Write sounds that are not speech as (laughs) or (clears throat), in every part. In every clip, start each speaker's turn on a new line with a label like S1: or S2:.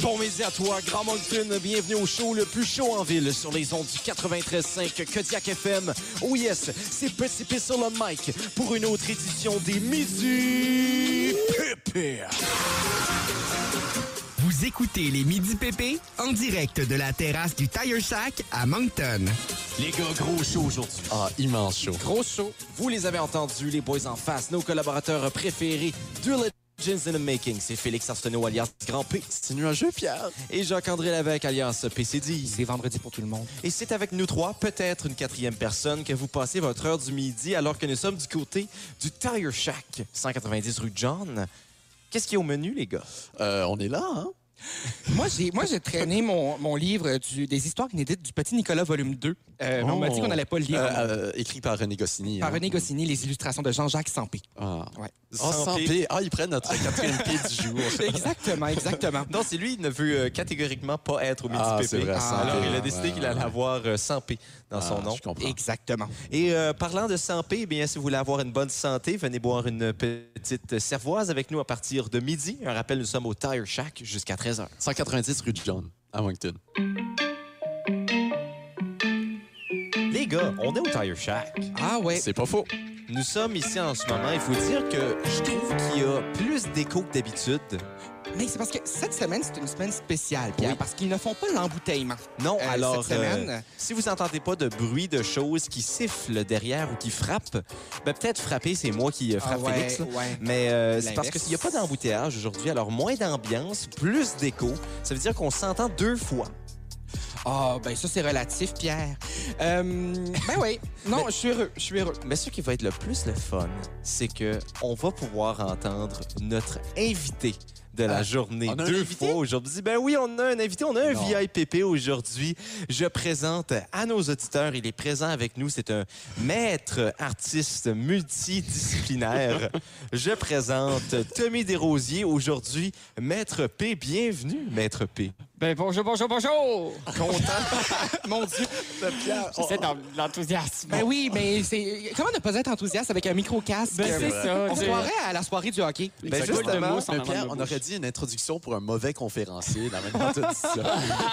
S1: bon midi à toi, Grand Moncton. Bienvenue au show le plus chaud en ville sur les ondes du 93.5 Kodiak FM. Oh yes, c'est Petit P sur le mic pour une autre édition des Midi Pépé.
S2: Vous écoutez les Midi PP en direct de la terrasse du Tire Shack à Moncton.
S3: Les gars, gros show aujourd'hui.
S1: Ah, immense show. Gros show. Vous les avez entendus, les boys en face, nos collaborateurs préférés du Jeans in the Making, c'est Félix Arsenault alias Grand P. C'est nuageux, Pierre. Et Jacques-André Lévesque alias PCD.
S4: C'est vendredi pour tout le monde.
S1: Et c'est avec nous trois, peut-être une quatrième personne, que vous passez votre heure du midi alors que nous sommes du côté du Tire Shack, 190 rue John. Qu'est-ce qui est au menu, les gars?
S3: Euh, on est là, hein?
S4: Moi, j'ai, moi, j'ai traîné mon, mon livre du- des histoires inédites du Petit Nicolas, volume 2. Euh, mais On m'a dit qu'on n'allait pas le lire.
S3: Euh, euh, écrit par René Goscinny.
S4: Par
S3: hein.
S4: René Goscinny, les illustrations de Jean-Jacques Sampé.
S3: Ah.
S4: Ouais.
S3: Oh,
S1: Sans
S3: sans
S1: P.
S3: P. Ah, ils prennent notre quatrième P du jour.
S4: Exactement, exactement.
S1: Non, c'est lui, il ne veut euh, catégoriquement pas être au midi
S3: Ah,
S1: PP.
S3: c'est vrai, sans
S1: Alors,
S3: P.
S1: il a décidé qu'il allait avoir euh, 100 P dans son
S3: Ah,
S1: nom.
S3: Je comprends.
S4: Exactement.
S1: Et euh, parlant de santé, eh bien, si vous voulez avoir une bonne santé, venez boire une petite cervoise avec nous à partir de midi. Un rappel, nous sommes au Tire Shack jusqu'à 13h.
S3: 190 rue John, à Moncton.
S1: Les gars, on est au Tire Shack.
S4: Ah ouais.
S3: C'est pas faux.
S1: Nous sommes ici en ce moment. Il faut dire que je trouve qu'il y a plus d'écho que d'habitude.
S4: Mais c'est parce que cette semaine, c'est une semaine spéciale, Pierre,
S1: Oui.
S4: parce qu'ils ne font pas l'embouteillement.
S1: Non,
S4: Euh,
S1: alors,
S4: cette semaine-
S1: si vous n'entendez pas de bruit de choses qui sifflent derrière ou qui frappent, ben, peut-être frapper, c'est moi qui euh,
S4: Ah
S1: frappe
S4: ouais,
S1: Félix. là.
S4: ouais.
S1: Mais euh, c'est parce
S4: L'inverse.
S1: que s'il n'y a pas d'embouteillage aujourd'hui, alors moins d'ambiance, plus d'écho, ça veut dire qu'on s'entend deux fois.
S4: Ah, ben ça, c'est relatif, Pierre. Euh, ben oui. Non, je suis heureux. Je suis heureux.
S1: Mais ce qui va être le plus le fun, c'est que on va pouvoir entendre notre invité de la
S3: Ah,
S1: journée
S3: on a un
S1: deux
S3: invité?
S1: fois aujourd'hui. Ben oui, on a un invité, on a un
S3: Non.
S1: VIPP aujourd'hui. Je présente à nos auditeurs, il est présent avec nous, c'est un maître artiste
S3: (laughs)
S1: multidisciplinaire. Je présente Tommy Desrosiers aujourd'hui, maître P. Bienvenue, maître P.
S5: Ben bonjour, bonjour, bonjour! (laughs)
S4: Mon Dieu.
S5: C'est dans l'enthousiasme.
S4: Ben oui, mais c'est. Comment ne pas être enthousiaste avec un micro-casque?
S5: Ben, c'est
S4: Euh,
S5: ça.
S4: On se
S5: c'est-
S4: croirait à la soirée du hockey.
S1: Ben
S5: Exactement.
S1: justement,
S5: Deux mots sans
S3: Mais
S5: avoir
S3: Pierre,
S5: de
S3: on
S5: bouche.
S3: aurait dit une introduction pour un mauvais conférencier. La même temps, t'as dit ça.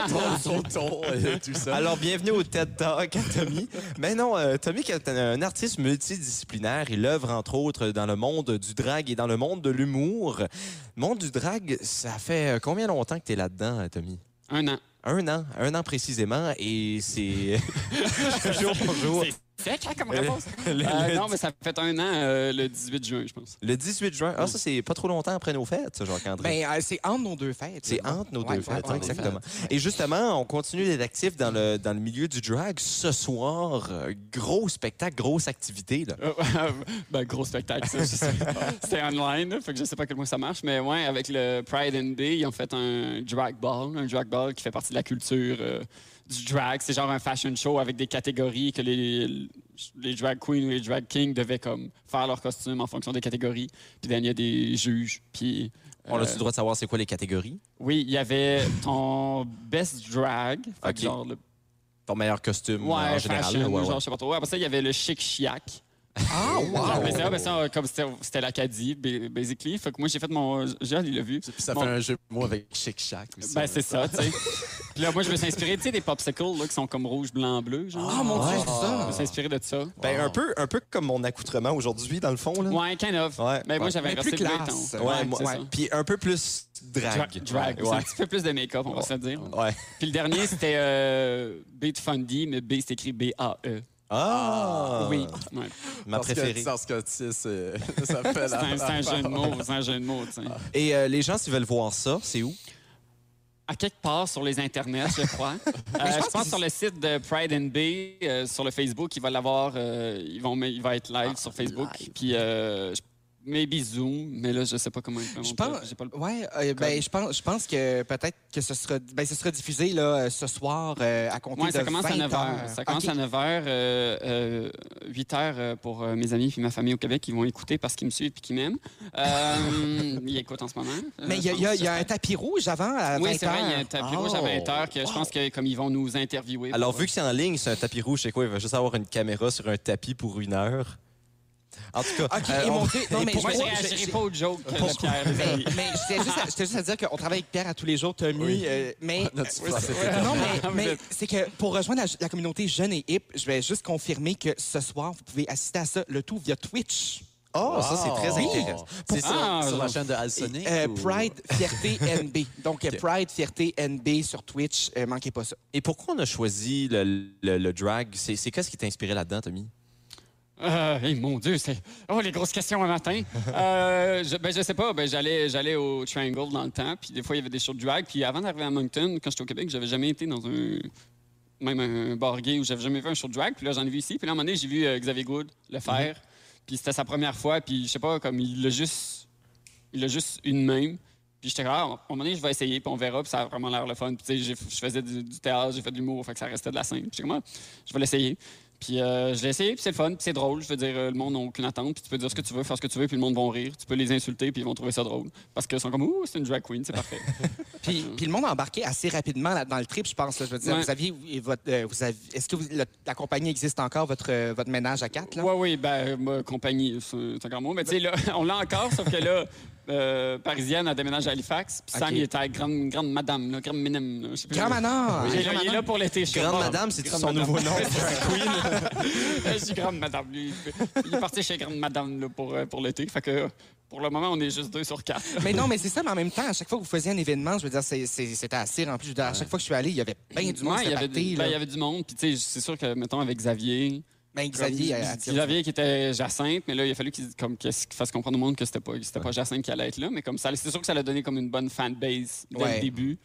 S3: Ton, son ton et tout ça.
S1: Alors, bienvenue au TED Talk, (laughs) Tommy. Mais non, euh, Tommy, qui est un artiste multidisciplinaire, il œuvre entre autres dans le monde du drag et dans le monde de l'humour. Le monde du drag, ça fait euh, combien longtemps que tu es là-dedans, euh, Tommy?
S5: Un an.
S1: Un an, un an précisément, et c'est (laughs) jour pour jour.
S5: C'est sec, hein, comme
S1: Euh,
S5: réponse?
S1: le- le-
S5: Euh, non, mais ça fait un an, euh, le 18 juin, je pense.
S1: Le 18 juin. Ah, ça, c'est pas trop longtemps après nos fêtes, ça, Jacques-André.
S4: Ben, euh, c'est entre nos deux fêtes.
S1: C'est entre nos
S4: Ouais,
S1: deux fêtes,
S4: ouais, ouais,
S1: exactement. Et justement, on continue d'être actifs dans le, dans le milieu du drag. Ce soir, euh, gros spectacle, grosse activité. Là.
S5: Euh, (laughs) ben, gros spectacle, ça. je sais pas. C'était online, là, fait que je sais pas quel mois ça marche, mais ouais, avec le Pride and Day, ils ont fait un drag ball, un drag ball qui fait partie de la culture euh, du drag. C'est genre un fashion show avec des catégories que les, les drag queens ou les drag kings devaient comme faire leur costume en fonction des catégories. Puis là, il y a des juges, puis...
S1: On a-tu
S5: euh,
S1: le droit de savoir c'est quoi les catégories?
S5: Oui, il y avait ton best drag. Fait que
S1: Ok.
S5: genre le-
S1: Ton meilleur costume
S5: ouais,
S1: en général.
S5: fashion,
S1: là, ouais, ouais.
S5: genre, je sais pas trop. Après ça, il y avait le chic chiac.
S1: Oh,
S4: Ah,
S5: Genre,
S4: wow!
S5: mais ça, ben ça, comme c'était c'était l'Acadie, ba- basically. Fait que moi, j'ai fait mon. Joël, il l'a vu.
S3: Puis ça fait
S5: Mon-
S3: un jeu de mots avec Chic Shack aussi.
S5: Ben, c'est ça, tu sais. Puis là, moi, je me suis inspiré, tu sais, des popsicles là, qui sont comme rouge, blanc, bleu. Genre.
S4: Ah, mon Dieu, c'est
S5: Je me
S4: ça!
S5: suis inspiré de ça.
S1: Ben, un, peu, un peu comme mon accoutrement aujourd'hui, dans le fond. Là.
S5: Ouais, kind of.
S1: Ouais.
S5: mais moi,
S1: Ouais.
S4: Mais
S5: j'avais
S4: plus
S5: inversé le béton.
S4: classe.
S1: Ouais, moi-
S5: c'est ça.
S1: Puis un peu plus drag.
S5: Dra- drag. C'est
S1: Ouais.
S5: un petit peu plus de make-up, on va se le dire.
S1: (laughs) Ouais.
S5: Puis le dernier, c'était euh, B de Fundy, mais B, c'est écrit B-A-E.
S1: Ah!
S5: Oui. Ouais.
S1: Ma préférée.
S3: Parce que Scottis, euh, ça fait
S5: C'est un, c'est un
S3: la.
S5: jeu de mots, c'est un jeu de mots, tu sais.
S1: Et euh, les gens, s'ils veulent voir ça, c'est où?
S5: À quelque part sur les internets, je crois. (laughs) Euh, je pense, sur le site de Pride and Bay, euh, sur le Facebook, il va l'avoir, euh, ils vont, mais il va être Ah, live sur Facebook. Puis, euh, je- maybe Zoom, mais là, je sais pas comment. comment
S4: Je
S5: on peut-
S4: pense,
S5: j'ai pas le-
S4: ouais, euh, ben, je pense, je pense que peut-être que ce sera, ben, ce sera diffusé là, euh, ce soir euh, à compter
S5: Ouais, ça
S4: de
S5: commence à
S4: 20
S5: 9 h.
S4: heures.
S5: Ça commence
S4: Ok.
S5: à euh, 9 h, 8 h pour euh, mes amis puis ma famille au Québec. Ils vont écouter parce qu'ils me suivent puis qu'ils m'aiment.
S4: (laughs)
S5: Euh, ils écoutent en ce moment. euh,
S4: Mais il y, a-
S5: je
S4: il y a-
S5: pense.
S4: il y a un tapis rouge avant à 20
S5: Oui, c'est vrai, il y a un
S4: heures.
S5: tapis rouge à
S1: Oh.
S5: 20 heures que je pense que comme ils vont nous interviewer.
S1: Alors,
S5: pour-
S1: vu que c'est en ligne, c'est un tapis rouge, c'est quoi? Il va juste avoir une caméra sur un tapis pour une heure. En tout cas,
S4: Oh. OK,
S1: euh,
S4: et
S1: on-
S4: mon Dieu, non, mais
S5: Pour moi,
S4: je-
S5: je
S4: je-
S5: réagirai
S4: je-
S5: pas au joke de
S4: Pour-
S5: Pierre. les
S4: Mais,
S5: amis.
S4: mais je tiens juste à- je tiens juste à dire qu'on travaille avec Pierre à tous les jours, Tommy.
S3: Oui.
S4: euh, mais
S3: Ah, Notre
S4: euh,
S3: souffle, c'est
S4: non, mais,
S5: Vous
S4: mais
S5: êtes-
S4: c'est que pour rejoindre la, la communauté jeune et hip, je vais juste confirmer que ce soir, vous pouvez assister à ça, le tout via Twitch.
S3: Ah,
S1: Oh, ça, c'est très
S3: Wow.
S1: intéressant.
S3: C'est sur,
S5: Ah,
S3: sur la
S5: donc-
S3: chaîne de Halsonic?
S4: Euh,
S3: ou-
S4: Pride, Fierté, NB. Donc, euh, Pride, Fierté, NB sur Twitch. euh, manquez pas ça.
S1: Et pourquoi on a choisi le, le- le drag? C'est c'est qu'est-ce qui t'a inspiré là-dedans, Tommy?
S5: Euh, hey, mon Dieu, c'est. Oh, les grosses questions un matin. Euh, je, ben, je sais pas. Ben, j'allais, j'allais au Triangle dans le temps, puis des fois, il y avait des shows de drag. Puis avant d'arriver à Moncton, quand j'étais au Québec, j'avais jamais été dans un. Même un bar gay où j'avais jamais vu un show de drag. Puis là, j'en ai vu ici. Puis là, à un moment donné, j'ai vu euh, Xavier Good le faire. Puis c'était sa première fois. Puis je sais pas, comme il l'a juste. Il a juste une même. Puis j'étais comme, ah, à un moment donné, je vais essayer, puis on verra, puis ça a vraiment l'air le fun. Puis tu sais, j'ai- je faisais du, du théâtre, j'ai fait de l'humour, fait que ça restait de la scène. Puis j'étais comme, ah, je vais l'essayer. Puis euh, je l'ai essayé, puis c'est le fun, puis c'est drôle. Je veux dire, euh, le monde n'a aucune attente, puis tu peux dire ce que tu veux, faire ce que tu veux, puis le monde va rire. Tu peux les insulter, puis ils vont trouver ça drôle. Parce qu'ils sont comme, ouh, c'est une drag queen, c'est
S1: (laughs)
S5: parfait.
S4: Puis, puis le monde a embarqué assez rapidement là, dans le trip, je pense. là. je veux dire,
S5: Ah. Ouais.
S4: vous aviez. et votre, euh, vous aviez- Est-ce que vous- le- la compagnie existe encore, votre, euh, votre ménage à quatre? Là?
S5: Oui, oui, ben, ma compagnie, c'est c'est un grand mot. Mais tu sais, là, (laughs) on l'a encore, sauf que là, euh, Parisienne, elle déménage à Halifax, puis Sam,
S4: Ok.
S5: il était avec grande, grande madame, là, grande méname. là, je sais plus.
S4: Grand Manor!
S5: Il est
S4: Grand
S5: là- il est
S4: Manor.
S5: là pour l'été. je suis
S1: hein. Grande
S5: comme,
S1: Madame, c'est
S5: Grande
S1: son
S5: Madame.
S1: nouveau nom.
S5: (laughs) Je suis grande madame. lui. Il est parti chez grande madame là, pour, euh, pour l'été. Fait que pour le moment, on est juste deux sur quatre.
S4: Mais non, mais c'est ça, mais en même temps, à chaque fois que vous faisiez un événement, je veux dire, c'est- c'est- c'était assez rempli. Je veux dire, à chaque fois que je suis allé, il y avait bien du monde
S5: Ouais,
S4: qui
S5: il y
S4: était
S5: avait
S4: pacté,
S5: du-
S4: là.
S5: ben, il y avait du monde. Puis, tu sais, c'est sûr que, mettons, avec Xavier.
S4: Ben, Xavier
S5: comme-
S4: a- a tiré.
S5: Xavier qui était Jacinthe, mais là, il a fallu qu'il comme, qu'il s- qu'il fasse comprendre au monde que c'était pas, c'était pas Jacinthe qui allait être là. Mais comme ça, c'est sûr que ça l'a donné comme une bonne fanbase dès
S4: Ouais. Mm-hmm.
S5: le début.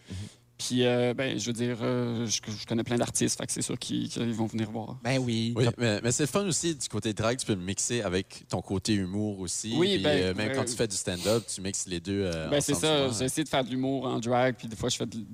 S5: Puis, euh, ben, je veux dire, euh, je, je connais plein d'artistes, fait que c'est sûr qu'ils qu'ils vont venir voir.
S4: Ben oui.
S3: Oui, mais, mais c'est le fun aussi du côté drag, tu peux le mixer avec ton côté humour aussi.
S5: Oui,
S3: puis,
S5: ben,
S3: euh, même
S5: euh,
S3: quand tu fais du stand-up, tu mixes les deux. euh,
S5: Ben, c'est
S3: ensemble
S5: ça,
S3: souvent.
S5: j'ai essayé de faire de l'humour en drag, puis des fois, je fais de-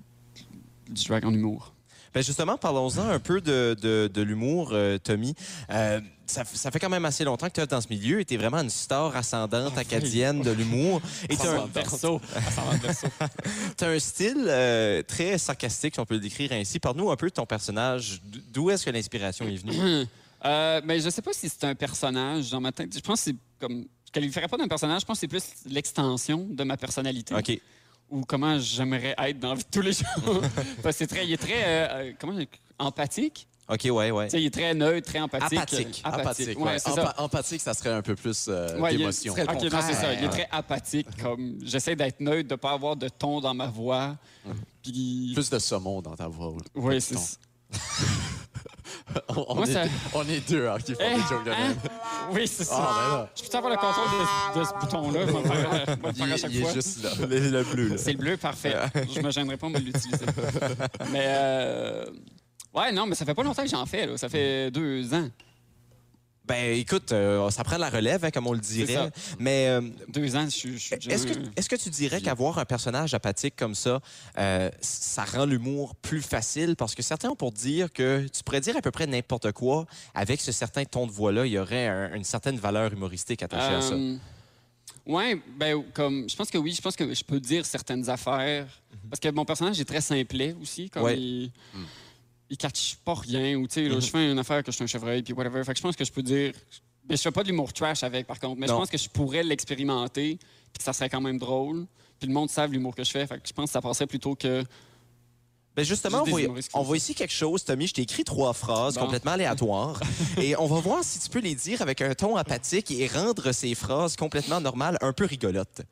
S5: du drag en humour.
S1: Ben justement, parlons-en un peu de, de- de l'humour, euh, Tommy. Euh, ça, f- ça fait quand même assez longtemps que tu es dans ce milieu et tu es vraiment une star ascendante acadienne de l'humour. Et tu
S5: en verso. Ça va en verso.
S1: as un style euh, très sarcastique, si on peut le décrire ainsi. Parle-nous un peu de ton personnage. D- D'où est-ce que l'inspiration est venue?
S5: Euh, mais je sais pas si c'est un personnage dans ma tête. Je pense que c'est comme. Je qualifierais pas d'un personnage, je pense que c'est plus l'extension de ma personnalité.
S1: OK.
S5: Ou comment j'aimerais être dans la vie de tous
S3: (laughs)
S5: les jours. Parce que c'est très. Il est très. euh, euh, comment. Empathique.
S1: OK, ouais, ouais.
S5: Tu sais, il est très neutre, très empathique.
S1: Apathique.
S5: Euh,
S3: Apathique,
S5: ouais,
S3: ouais.
S5: c'est
S3: Empa-
S5: ça.
S3: hein. empathique, ça serait un peu plus euh,
S5: Ouais, il est-
S3: d'émotion.
S4: c'est
S5: ok, non, c'est ça. Il est
S4: contraire.
S5: très apathique. Comme j'essaie d'être neutre, de pas avoir de ton dans ma voix. Puis.
S3: Plus de saumon dans ta voix.
S5: Ouais,
S3: c'est
S5: c'est ça.
S3: (laughs) on, on
S5: Moi,
S3: est,
S5: ça-
S3: on est deux hein, qui font
S5: Hey,
S3: des jokes de
S5: hein?
S3: même.
S5: Oui, c'est ça.
S3: Ah, ben là.
S5: Je peux avoir le contrôle de, de ce bouton-là. Je vais le faire, euh, je vais le faire
S3: Il,
S5: à
S3: est-
S5: chaque
S3: il
S5: fois.
S3: est
S4: (laughs)
S3: juste là.
S1: Le, le bleu, là.
S5: C'est le bleu, parfait. Je me gênerai pas de l'utiliser. Mais euh, ouais, non, mais ça fait pas longtemps que j'en fais. Là. Ça fait deux ans.
S1: Ben, écoute, euh, ça prend la relève, hein, comme on le dirait.
S5: ça.
S1: Mais euh,
S5: Deux ans, je suis. je suis déjà-
S1: est-ce que, est-ce que tu dirais qu'avoir un personnage apathique comme ça, euh, ça rend l'humour plus facile? Parce que certains ont pour dire que tu pourrais dire à peu près n'importe quoi. Avec ce certain ton de voix-là, il y aurait un- une certaine valeur humoristique attachée à ça.
S5: Euh, Ouais, ben comme je pense que oui, je pense que je peux dire certaines affaires parce que mon personnage est très simplet aussi comme
S1: Mhm. Ouais. Mhm.
S5: il il catch pas rien ou tu sais là, je fais une affaire que je suis un chevreuil puis whatever. Fait que je pense que je peux dire mais je fais pas de l'humour trash avec par contre, mais
S1: Non.
S5: je pense que je pourrais l'expérimenter puis que ça serait quand même drôle. Puis le monde savent l'humour que je fais, fait que je pense que ça passerait plutôt que
S1: Ben justement, on
S5: Juste des
S1: voit,
S5: humoristes qui
S1: on
S5: font
S1: voit ici quelque chose, Tommy. Je t'ai écrit trois phrases
S5: Bon.
S1: complètement
S5: (laughs)
S1: aléatoires. et on va voir si tu peux les dire avec un ton apathique et rendre ces phrases complètement normales, un peu rigolotes.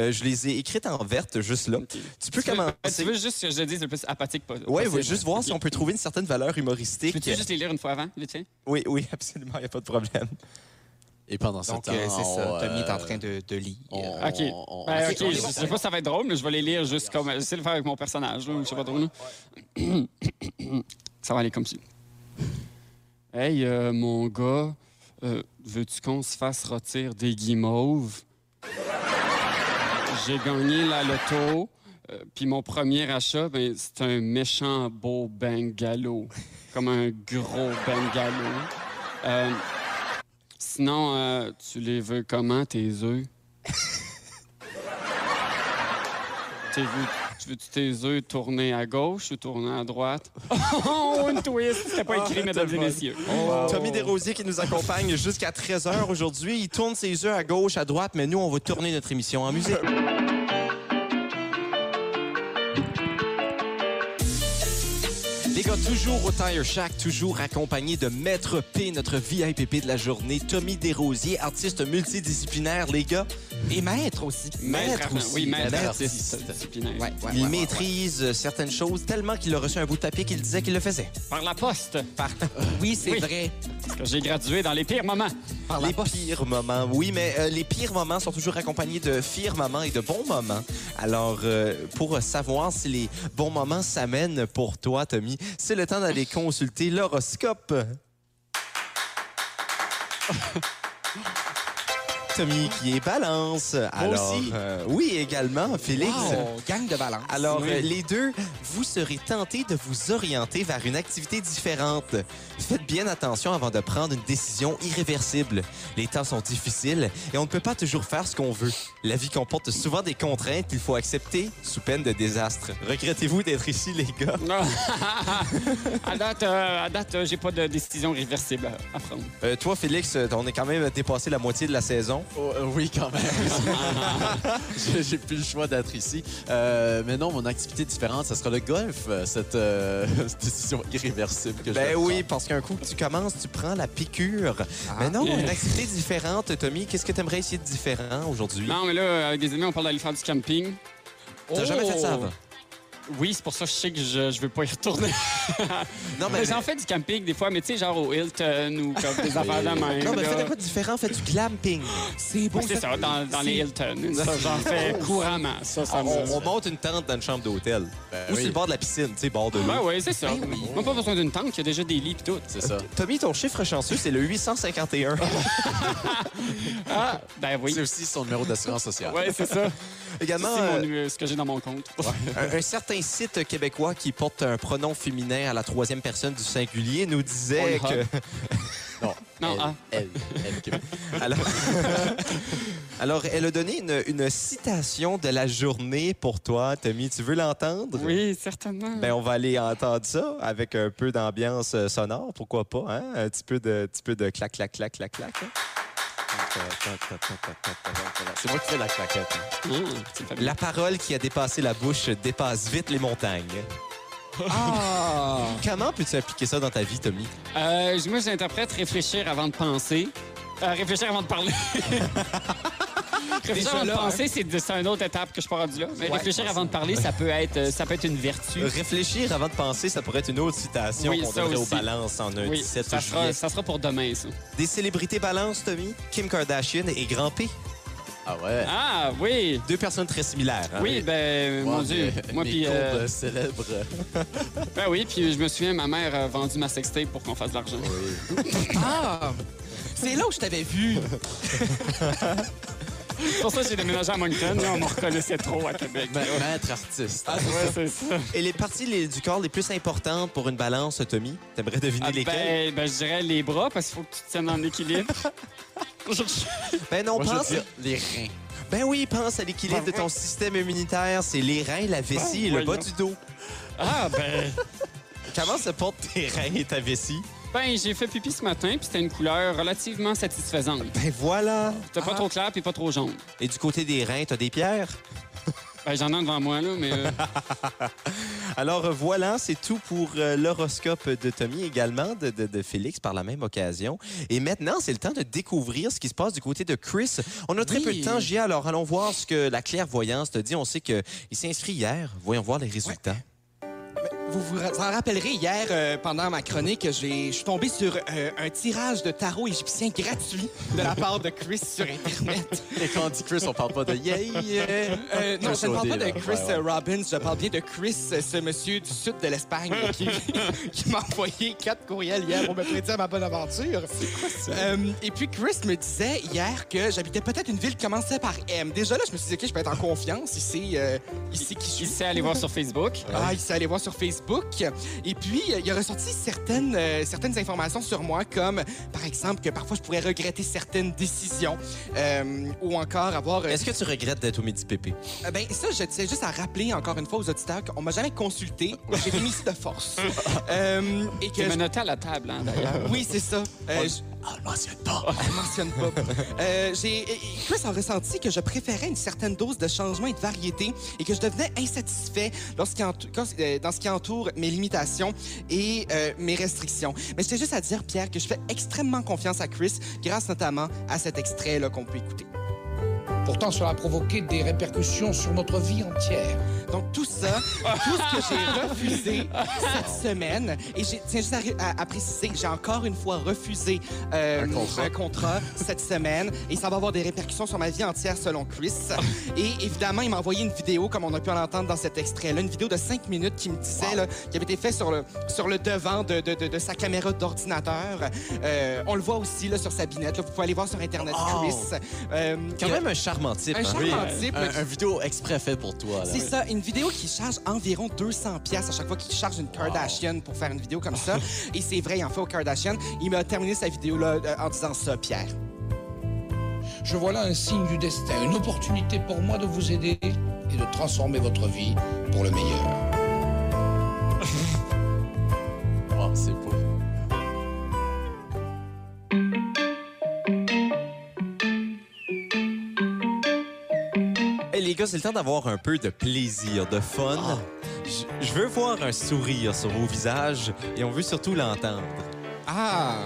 S1: Euh, je les ai écrites en verte, juste là. Tu peux
S5: Tu veux-
S1: commencer.
S5: Tu veux juste que je le dise le plus apathique po- possible?
S1: Ouais, on va juste voir
S5: Ok.
S1: si on peut trouver une certaine valeur humoristique.
S5: Peux-tu juste les lire une fois avant, vite fait?
S1: Oui, oui, (laughs) absolument, il n'y a pas de problème.
S3: Et pendant ce
S4: Donc,
S3: temps,
S4: euh, c'est
S3: on,
S4: ça. Tommy est en
S3: euh,
S4: train de, de lire.
S3: on-
S5: OK.
S3: on- on-
S5: Ben,
S3: on-
S5: ok, Je sais pas si ça va être drôle, mais je vais les lire juste comme. J'essaie de le faire avec mon personnage, là, ou je sais pas trop. là. ça va aller comme ça. (coughs) Hey, euh, mon gars, euh, veux-tu qu'on se fasse rôtir des guimauves? J'ai gagné la loto, euh, puis mon premier achat, ben, c'est un méchant beau bungalow. Comme un gros bungalow. Euh, sinon, euh, tu les veux comment, tes œufs? T'es vu- Tu veux-tu tes œufs tourner à gauche ou tourner à droite? (laughs) Ah, Oh, une twist! C'était pas écrit, mesdames et messieurs.
S1: Tommy Desrosiers qui nous accompagne jusqu'à 13h aujourd'hui. Il tourne ses yeux à gauche, à droite, mais nous, on va tourner notre émission en musique. Les gars, toujours au Tire Shack, toujours accompagné de Maître P, notre VIPP de la journée, Tommy Desrosiers, artiste multidisciplinaire, les gars.
S4: Et maître aussi.
S1: Maître aussi.
S5: oui, maître
S1: Maître.
S5: artiste disciplinaire.
S4: Ouais, ouais,
S1: il
S4: ouais, ouais,
S1: maîtrise euh, certaines choses tellement qu'il a reçu un bout de papier qu'il disait qu'il le faisait.
S5: Par la poste,
S4: ouais. Oui, c'est
S5: Oui.
S4: vrai.
S5: parce que j'ai gradué dans les pires (laughs) moments.
S4: Par la
S1: Les
S4: poste.
S1: pires moments, oui, mais euh, les pires moments sont toujours accompagnés de fiers moments et de bons moments. Alors, euh, pour savoir si les bons moments s'amènent pour toi, Tommy, c'est le temps d'aller consulter l'horoscope. (laughs) Tommy qui est balance. Alors,
S5: aussi.
S1: euh, oui, également, Félix.
S4: Wow, gang de balance.
S1: Alors,
S5: Oui.
S1: euh, les deux, vous serez tentés de vous orienter vers une activité différente. Faites bien attention avant de prendre une décision irréversible. Les temps sont difficiles et on ne peut pas toujours faire ce qu'on veut. La vie comporte souvent des contraintes qu'il faut accepter sous peine de désastre. Regrettez-vous d'être ici, les gars?
S5: à date, euh, à date, euh, j'ai pas de décision réversible à prendre.
S1: Euh, toi, Félix, euh, on est quand même dépassé la moitié de la saison.
S3: Oh, euh, oui, quand même. (laughs) J'ai- J'ai plus le choix d'être ici. Euh, mais non, mon activité différente, ça sera le golf, euh, cette, euh, (laughs) cette décision irréversible que je
S1: Ben
S3: vais
S1: oui, parce qu'un coup que tu commences, tu prends la piqûre. Mais non, une activité différente, Tommy. Qu'est-ce que tu aimerais essayer de différent aujourd'hui?
S5: Non, mais là, avec des amis, on parle d'aller faire du camping.
S1: T'as jamais fait ça avant?
S5: Oh! Oui, c'est pour ça que je sais que je, je veux pas y retourner.
S1: Non,
S5: Mais (laughs) J'en fais du camping des fois, mais tu sais, genre au Hilton ou comme des
S1: (laughs)
S5: affaires de même.
S1: Non, mais
S5: là.
S1: fais quoi de différent, fais du glamping.
S4: C'est beau.
S5: Oui, c'est ça, dans, dans les Hilton. Ça, j'en fais couramment. Ah, Ça, ça me...
S1: On, on monte une tente dans une chambre d'hôtel. Ou sur le bord de la piscine, tu sais, bord de l'eau.
S5: Ben oui, c'est ça. On n'a pas besoin d'une tente, il y a déjà des lits et tout.
S3: C'est ça.
S1: Tommy, ton chiffre chanceux, c'est le 851.
S5: Ah, ben oui.
S3: C'est aussi son numéro d'assurance sociale.
S5: Ouais, c'est ça. C'est
S1: Également,
S5: mon
S1: euh,
S5: nu- ce que j'ai dans mon compte.
S1: un, un certain site québécois qui porte un pronom féminin à la troisième personne du singulier nous disait
S5: Pornhub.
S1: que...
S3: Non.
S5: Non,
S3: elle,
S5: ah.
S3: elle, elle, Québec.
S1: (laughs) Alors, (laughs) Alors, elle a donné une, une citation de la journée pour toi, Tommy. Tu veux l'entendre?
S5: Oui, certainement.
S1: Ben, on va aller entendre ça avec un peu d'ambiance euh, sonore, pourquoi pas, hein? Un petit peu de, petit peu de clac, clac, clac, clac, clac. hein?
S3: C'est moi qui fais la claquette. hein.
S5: Ah, c'est fabuleux.
S1: La parole qui a dépassé la bouche dépasse vite les montagnes.
S4: Ah!
S1: (laughs) Comment peux-tu appliquer ça dans ta vie, Tommy?
S5: Euh, moi, j'interprète réfléchir avant de penser. Euh, réfléchir avant de parler. réfléchir avant de
S4: là, hein?
S5: penser, c'est de- c'est une autre étape que je suis pas rendu là. Mais
S4: Ouais,
S5: réfléchir avant de parler, ça peut être, euh, ça peut être une vertu.
S1: Réfléchir avant de penser, ça pourrait être une autre citation
S5: Oui,
S1: qu'on
S5: ça
S1: devrait au
S5: aussi.
S1: balance en un
S5: Oui,
S1: 17
S5: ça
S1: juillet.
S5: sera, ça sera pour demain, ça.
S1: Des célébrités balance, Tommy, Kim Kardashian et Grand P.
S3: Ah ouais.
S5: Ah oui!
S1: Deux personnes très similaires. hein?
S5: Oui, ben, mon
S3: Wow,
S5: Dieu.
S3: mes-
S5: Moi,
S3: mes
S5: puis.
S3: courbes,
S5: euh,
S3: euh, célèbres.
S5: ben oui, puis je me souviens, ma mère a vendu ma sextape pour qu'on fasse de l'argent.
S4: Ah! C'est là où je t'avais vu.
S5: C'est pour ça que j'ai déménagé à Moncton. Là, on me reconnaissait trop à Québec.
S3: Ma- Maître artiste.
S5: ouais, Ah, c'est ça.
S1: Et les parties les- du corps les plus importantes pour une balance, Tommy? T'aimerais deviner
S5: Ah,
S1: lesquelles?
S5: ben, ben, je dirais les bras parce qu'il faut que tu te tiennes en équilibre. Je-
S1: Ben non,
S3: Moi, je veux
S1: pense...
S3: dire les reins.
S1: Ben oui, pense à l'équilibre de ton système immunitaire. C'est les reins, la vessie et le bas
S5: voyons.
S1: du dos.
S5: (laughs) ah, ben.
S1: Comment se portent tes reins et ta vessie?
S5: Ben, j'ai fait pipi ce matin, puis c'était une couleur relativement satisfaisante.
S1: Ben voilà.
S5: C'était pas trop clair, puis pas trop jaune.
S1: Et du côté des reins, t'as des pierres?
S5: Ben, j'en ai devant moi, là, mais. euh,
S1: Alors euh, voilà, c'est tout pour euh, l'horoscope de Tommy également, de, de- de Félix par la même occasion. Et maintenant, c'est le temps de découvrir ce qui se passe du côté de Chris. On a très
S4: Oui.
S1: peu de temps, Gia, alors allons voir ce que la clairvoyance te dit. On sait qu'il s'est inscrit hier. Voyons voir les résultats.
S4: Vous vous ra- en rappellerez, hier, euh, pendant ma chronique, j'ai- je suis tombé sur euh, un tirage de tarot égyptien gratuit de la part de Chris sur Internet.
S3: Et quand on dit Chris, on parle pas de yay.
S4: Euh, euh, non,
S3: Ah, Chris
S4: je ne parle pas
S3: O'Dea,
S4: de Chris
S3: ouais, ouais.
S4: euh, Robbins, je parle bien de Chris, euh, ce monsieur du sud de l'Espagne qui,
S3: (laughs)
S4: qui m'a envoyé quatre courriels hier pour me prêter à ma bonne aventure. Euh, et puis Chris me disait hier que j'habitais peut-être une ville qui commençait par M. Déjà là, je me suis dit, OK, je peux être en confiance, il sait, euh, il sait qui je suis.
S5: il sait aller voir sur Facebook.
S4: Ah, il s'est allé voir sur Facebook. Facebook. Et puis, euh, il a ressorti certaines, euh, certaines informations sur moi, comme par exemple que parfois je pourrais regretter certaines décisions euh, ou encore avoir. euh,
S1: (laughs) Est-ce que tu regrettes d'être au Midi Pépé?
S4: euh, ben, ça, je tiens juste à rappeler encore une fois aux auditeurs qu'on m'a jamais consulté. J'ai été mis de force. (laughs) Euh, et que.
S5: Tu
S4: je-
S5: me noté à la table, hein, d'ailleurs.
S4: Oui, c'est ça. Euh, je-
S3: Ah, le mentionne pas.
S4: (laughs) je mentionne pas. Euh, j'ai, et- et Chris a ressenti que je préférais une certaine dose de changement et de variété et que je devenais insatisfait lorsqu'il entou- quand- euh, dans ce qui entoure mes limitations et euh, mes restrictions. Mais c'était juste à dire, Pierre, que je fais extrêmement confiance à Chris grâce notamment à cet extrait-là qu'on peut écouter.
S6: Pourtant, cela a provoqué des répercussions sur notre vie entière.
S4: Donc, tout ça, tout ce que j'ai refusé cette semaine, et j'ai- tiens juste à, ré- à- à préciser, j'ai encore une fois refusé euh,
S3: Un contrat.
S4: contrat cette semaine, et ça va avoir des répercussions sur ma vie entière, selon Chris. Et évidemment, il m'a envoyé une vidéo, comme on a pu en entendre dans cet extrait-là, une vidéo de 5 minutes qui me disait, là, qui avait été faite sur le, sur le devant de, de- de- de sa caméra d'ordinateur. Euh, on le voit aussi là, sur sa binette. là. Vous pouvez aller voir sur Internet,
S3: Oh.
S1: Wow.
S4: Chris. Euh,
S1: Quand même un charmant type.
S4: un
S1: hein?
S4: charmant type,
S3: Un, un vidéo exprès fait pour toi. là.
S4: Ah, c'est ça, une vidéo qui charge environ 200 pièces à chaque fois qu'il charge une Kardashian pour faire une vidéo comme ça. Et c'est vrai, il en fait aux Kardashian. Il m'a terminé sa vidéo là euh, en disant ça, Pierre.
S6: Je vois là un signe du destin, une opportunité pour moi de vous aider et de transformer votre vie pour le meilleur.
S3: Wow, Ah, c'est beau.
S1: Hey, les gars, c'est le temps d'avoir un peu de plaisir, de
S4: Ah.
S1: fun. Je- Je veux voir un sourire sur vos visages et on veut surtout l'entendre.
S4: Ah!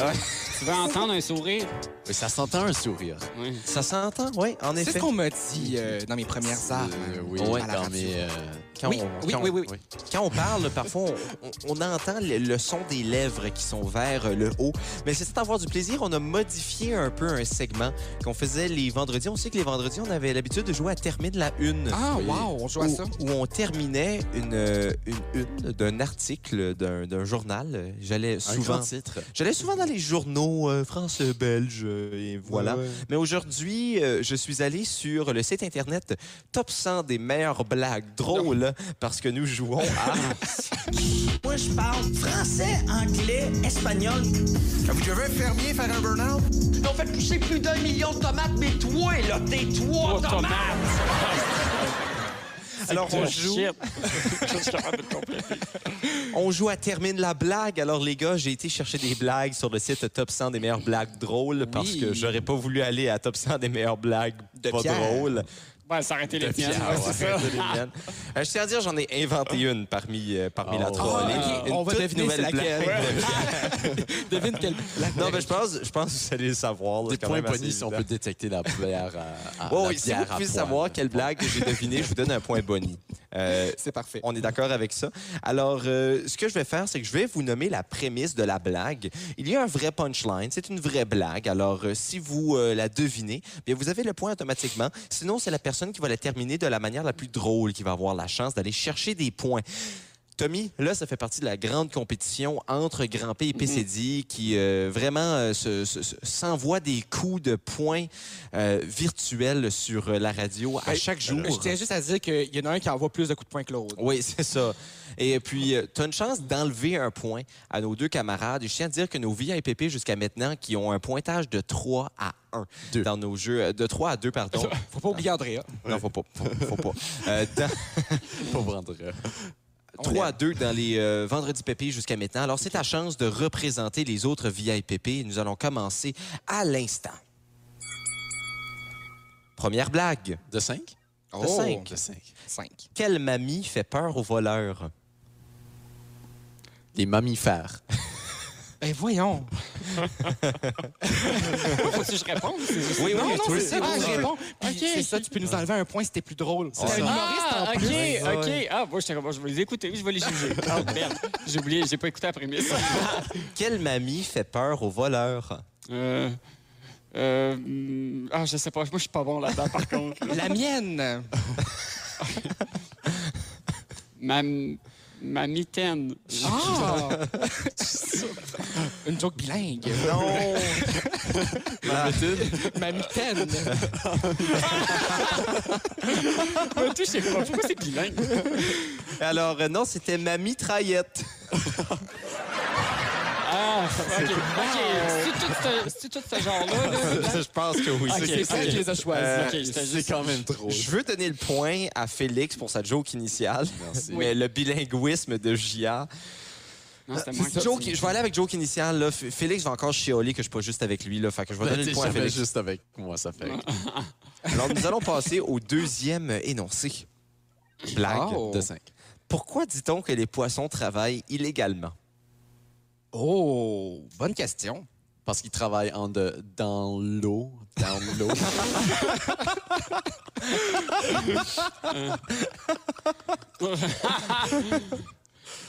S3: Ah.
S5: Tu veux entendre un sourire?
S3: Mais ça s'entend un sourire.
S5: Oui.
S1: Ça s'entend, oui, en
S4: C'est ce
S1: effet.
S4: qu'on m'a dit euh, dans mes premières armes.
S3: Euh, oui,
S4: à la
S3: dans
S4: radio.
S3: mes, euh,
S1: Quand
S4: Oui,
S1: on-
S4: oui,
S1: quand
S4: oui,
S1: on-
S4: oui, oui.
S1: Quand on parle, parfois, on, on- on entend le, le son des lèvres qui sont vers euh, le haut. Mais c'est d'avoir du plaisir. On a modifié un peu un segment qu'on faisait les vendredis. On sait que les vendredis, on avait l'habitude de jouer à termine la une.
S4: Ah,
S3: Oui.
S4: wow, on joue à
S1: Où,
S4: ça.
S1: où on terminait une, euh, une une d'un article, d'un d'un journal. J'allais
S3: Un
S1: souvent,
S3: grand titre.
S1: j'allais souvent dans les journaux euh, France-Belge et voilà. Mais aujourd'hui, euh, je suis allé sur le site internet Top 100 des meilleures blagues drôles parce que nous jouons à.
S7: Moi, je parle français, anglais, espagnol. Avez-vous déjà vu un fermier faire un burn-out? Ils ont fait pousser plus d'un million de tomates, mais toi, là, t'es trois
S5: Oh,
S7: tomates!
S5: Thomas!
S1: Alors on
S5: Oh,
S1: joue,
S5: shit. Je suis capable de comprendre.
S1: on joue à termine la blague. Alors les gars, j'ai été chercher des blagues sur le site Top 100 des meilleures blagues drôles parce que j'aurais pas voulu aller à Top 100 des meilleures blagues pas
S4: Pierre.
S1: drôles.
S5: Ouais, Ben, s'arrêter les miennes.
S1: Ah,
S5: ouais,
S1: ouais,
S5: c'est ça.
S1: c'est des miennes. Euh, je tiens à dire, j'en ai inventé une parmi, euh, parmi la
S3: Oh.
S1: trollée.
S4: Ah, ok.
S1: Une
S4: On va
S1: toute
S4: deviner
S1: nouvelle
S4: c'est laquelle.
S1: blague.
S4: Devine (laughs) quelle blague.
S1: Non, mais je pense, je pense que vous allez le savoir. là,
S3: Des
S1: quand
S3: points
S1: même assez
S3: ponis si on
S1: évident.
S3: peut détecter la bière euh, à, à
S1: Oh,
S3: Ah, la
S1: oui, si
S3: bière
S1: vous
S3: à
S1: pouvez
S3: poil.
S1: savoir quelle blague que j'ai devinée, je vous donne un point boni. Euh,
S4: C'est parfait.
S1: on est d'accord avec ça. Alors, euh, ce que je vais faire, c'est que je vais vous nommer la prémisse de la blague. Il y a un vrai punchline, c'est une vraie blague. Alors, euh, si vous euh, la devinez, bien, vous avez le point automatiquement. Sinon, c'est la personne qui va la terminer de la manière la plus drôle qui va avoir la chance d'aller chercher des points. Tommy, là, ça fait partie de la grande compétition entre Grand P et
S4: Mm-hmm.
S1: PCD qui euh, vraiment euh, se- se- se- s'envoie des coups de points euh, virtuels sur euh, la radio à
S4: Ben,
S1: chaque jour.
S4: Je tiens juste à dire qu'il y en a un qui envoie plus de coups de poing que l'autre.
S1: Oui, (laughs) c'est ça. Et puis, tu as une chance d'enlever un point à nos deux camarades. Et je tiens à dire que nos VIPP jusqu'à maintenant, qui ont un pointage de 3 à 1
S3: Deux.
S1: dans nos jeux, euh, de 3 à 2, pardon.
S4: (laughs) Faut pas oublier Andrea.
S1: non, faut pas. Faut, faut pas. Euh, dans-
S3: (laughs) Pauvre Andrea.
S1: 3 à 2 dans les euh, vendredis PP jusqu'à maintenant. Alors, c'est ta chance de représenter les autres VIPP. Nous allons commencer à l'instant. Première blague.
S3: De 5?
S1: De cinq.
S3: De 5.
S4: Cinq.
S1: Quelle mamie fait peur aux voleurs?
S3: Les mammifères.
S4: Ben voyons.
S5: Faut-tu que je réponde?
S1: Oui, (laughs)
S4: non, non, c'est ça
S5: Ah,
S4: qu'on
S5: je-
S4: répond. Puis
S5: Ok.
S4: c'est ça, tu peux nous enlever un point si t'es plus drôle. C'est un humoriste en
S5: Ah, ok,
S4: plus.
S5: ok. Ah, bon, je, t'ai- bon, je vais les écouter, je vais les juger. Ah, merde. J'ai oublié, j'ai pas écouté la prémisse.
S1: Quelle mamie fait peur aux voleurs?
S5: Euh, euh, hmm, ah, je sais pas, moi je suis pas bon là-dedans par contre.
S4: La mienne.
S5: Ma, ma mitaine.
S4: Ah! Une joke bilingue.
S1: Non! Ah.
S4: Ma mitaine.
S5: (laughs) Je sais pas, pourquoi c'est bilingue?
S1: (laughs) Alors, euh, non, c'était ma mitraillette.
S5: Ah, OK. OK, c'est tout ce- c'est tout ce genre-là. là.
S1: Je pense que oui.
S5: Ok,
S4: C'est ça qui les a choisis.
S1: Euh,
S5: Ok, c'était
S3: C'est
S5: juste-
S3: quand même trop.
S1: Je veux donner le point à Félix pour sa joke initiale,
S3: Merci.
S1: mais le bilinguisme de J.A.
S5: Non, c'était moi qui-
S1: Joke,
S5: (laughs)
S1: je vais aller avec joke initiale. Là. F- Félix va encore chialer que je suis pas juste avec lui. Là. Fait que je vais
S3: Ben,
S1: donner le
S3: T'es
S1: point à
S3: jamais
S1: Félix.
S3: juste avec moi, ça
S1: Ah.
S3: fait.
S1: Alors, nous allons passer au deuxième énoncé. Blague.
S4: Oh.
S3: De 5.
S1: Pourquoi dit-on que les poissons travaillent illégalement?
S4: Oh, bonne question.
S3: Parce qu'il travaille en de, dans l'eau. (laughs) Dans l'eau.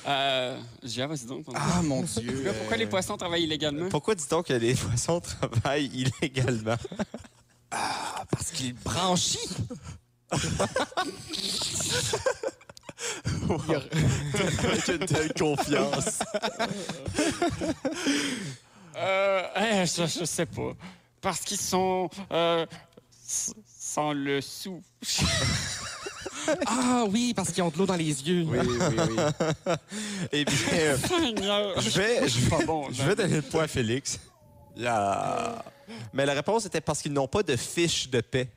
S5: Euh, Gia, vas-y donc. pendant-
S4: Ah, mon Dieu.
S5: Là, pourquoi les poissons travaillent illégalement?
S1: Pourquoi dit-on que les poissons travaillent illégalement? Ah,
S4: Parce qu'il branchit.
S3: Avec une telle confiance.
S5: Euh, eh, je, je sais pas. Parce qu'ils sont... euh, s- sans le sou. (laughs)
S4: Ah oui, parce qu'ils ont de l'eau dans les yeux.
S3: Oui, oui, oui.
S1: (laughs) Eh bien, euh,
S5: Seigneur!
S1: je vais, je vais-
S5: Pas bon. ben.
S1: je vais donner le point à Félix. Ah.
S3: Yeah.
S1: Mais la réponse était parce qu'ils n'ont pas de fiche de paix.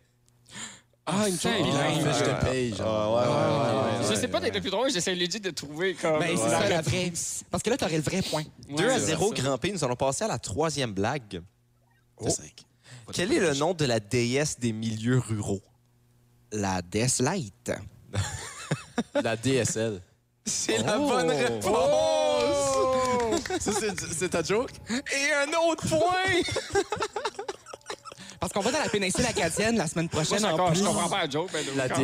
S4: Ah, une joke
S5: Putain, Ah,
S3: Mais
S4: bilingue.
S3: je te paye, genre.
S1: Ah,
S5: Je sais pas d'être le plus drôle, j'essaie legit de trouver comme. euh,
S4: Ben, c'est ça la vraie. Parce que là, t'aurais le vrai point.
S1: 2 à 0 Grand P, nous allons passer à la troisième blague. Oh.
S3: De 5.
S1: Quel est le nom de la déesse des milieux ruraux?
S4: La Death Light.
S3: La DSL.
S1: C'est la bonne réponse!
S3: Oh!
S1: Oh!
S3: Ça, c'est- c'est ta joke?
S1: Et un autre (laughs) point!
S4: Parce qu'on va dans la péninsule acadienne la semaine
S5: Moi,
S4: prochaine.
S5: je
S4: en
S5: encore, je
S4: plus.
S5: comprends pas la joke. Ben,
S3: La
S5: comme-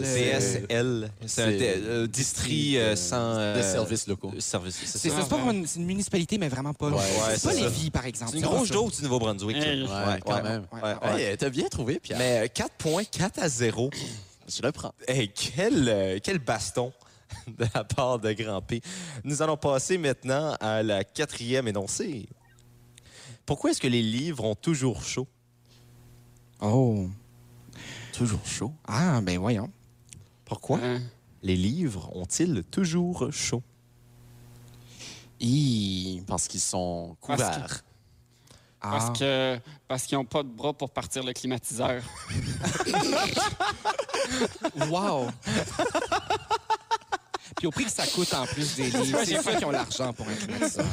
S4: DSL,
S3: euh, c'est-
S1: DSL. C'est un
S3: c'est-
S1: dé- euh, district euh, sans...
S3: Des
S1: euh,
S3: services locaux.
S1: services, c'est
S4: C'est
S1: ça.
S4: ça, c'est pas pour une, c'est une municipalité, mais vraiment pas.
S1: ouais,
S4: c'est pas
S1: c'est ça.
S4: Lévis, par exemple.
S1: C'est une grosse dose du Nouveau-Brunswick. ça.
S5: Hey.
S3: Ouais, quand même.
S1: ouais,
S4: Ouais,
S1: ouais.
S3: Ouais, T'as bien trouvé, Pierre.
S1: Mais euh, 4 points, 4 à 0.
S3: Je le prends.
S1: Hey, quel, euh, quel baston (laughs) de la part de Grand P. Nous allons passer maintenant à la quatrième énoncée. Pourquoi est-ce que les livres ont toujours chaud?
S4: Oh.
S3: Toujours chaud.
S4: Ah, ben voyons.
S1: Pourquoi
S5: Hein?
S1: les livres ont-ils toujours chaud?
S4: Hi.
S3: Parce qu'ils sont
S5: Parce que-
S3: couverts.
S4: Ah.
S5: Parce que parce qu'ils n'ont pas de bras pour partir le climatiseur. (laughs)
S4: Wow! Puis au prix que ça coûte en plus des livres, c'est ceux qui ont l'argent pour inclure ça.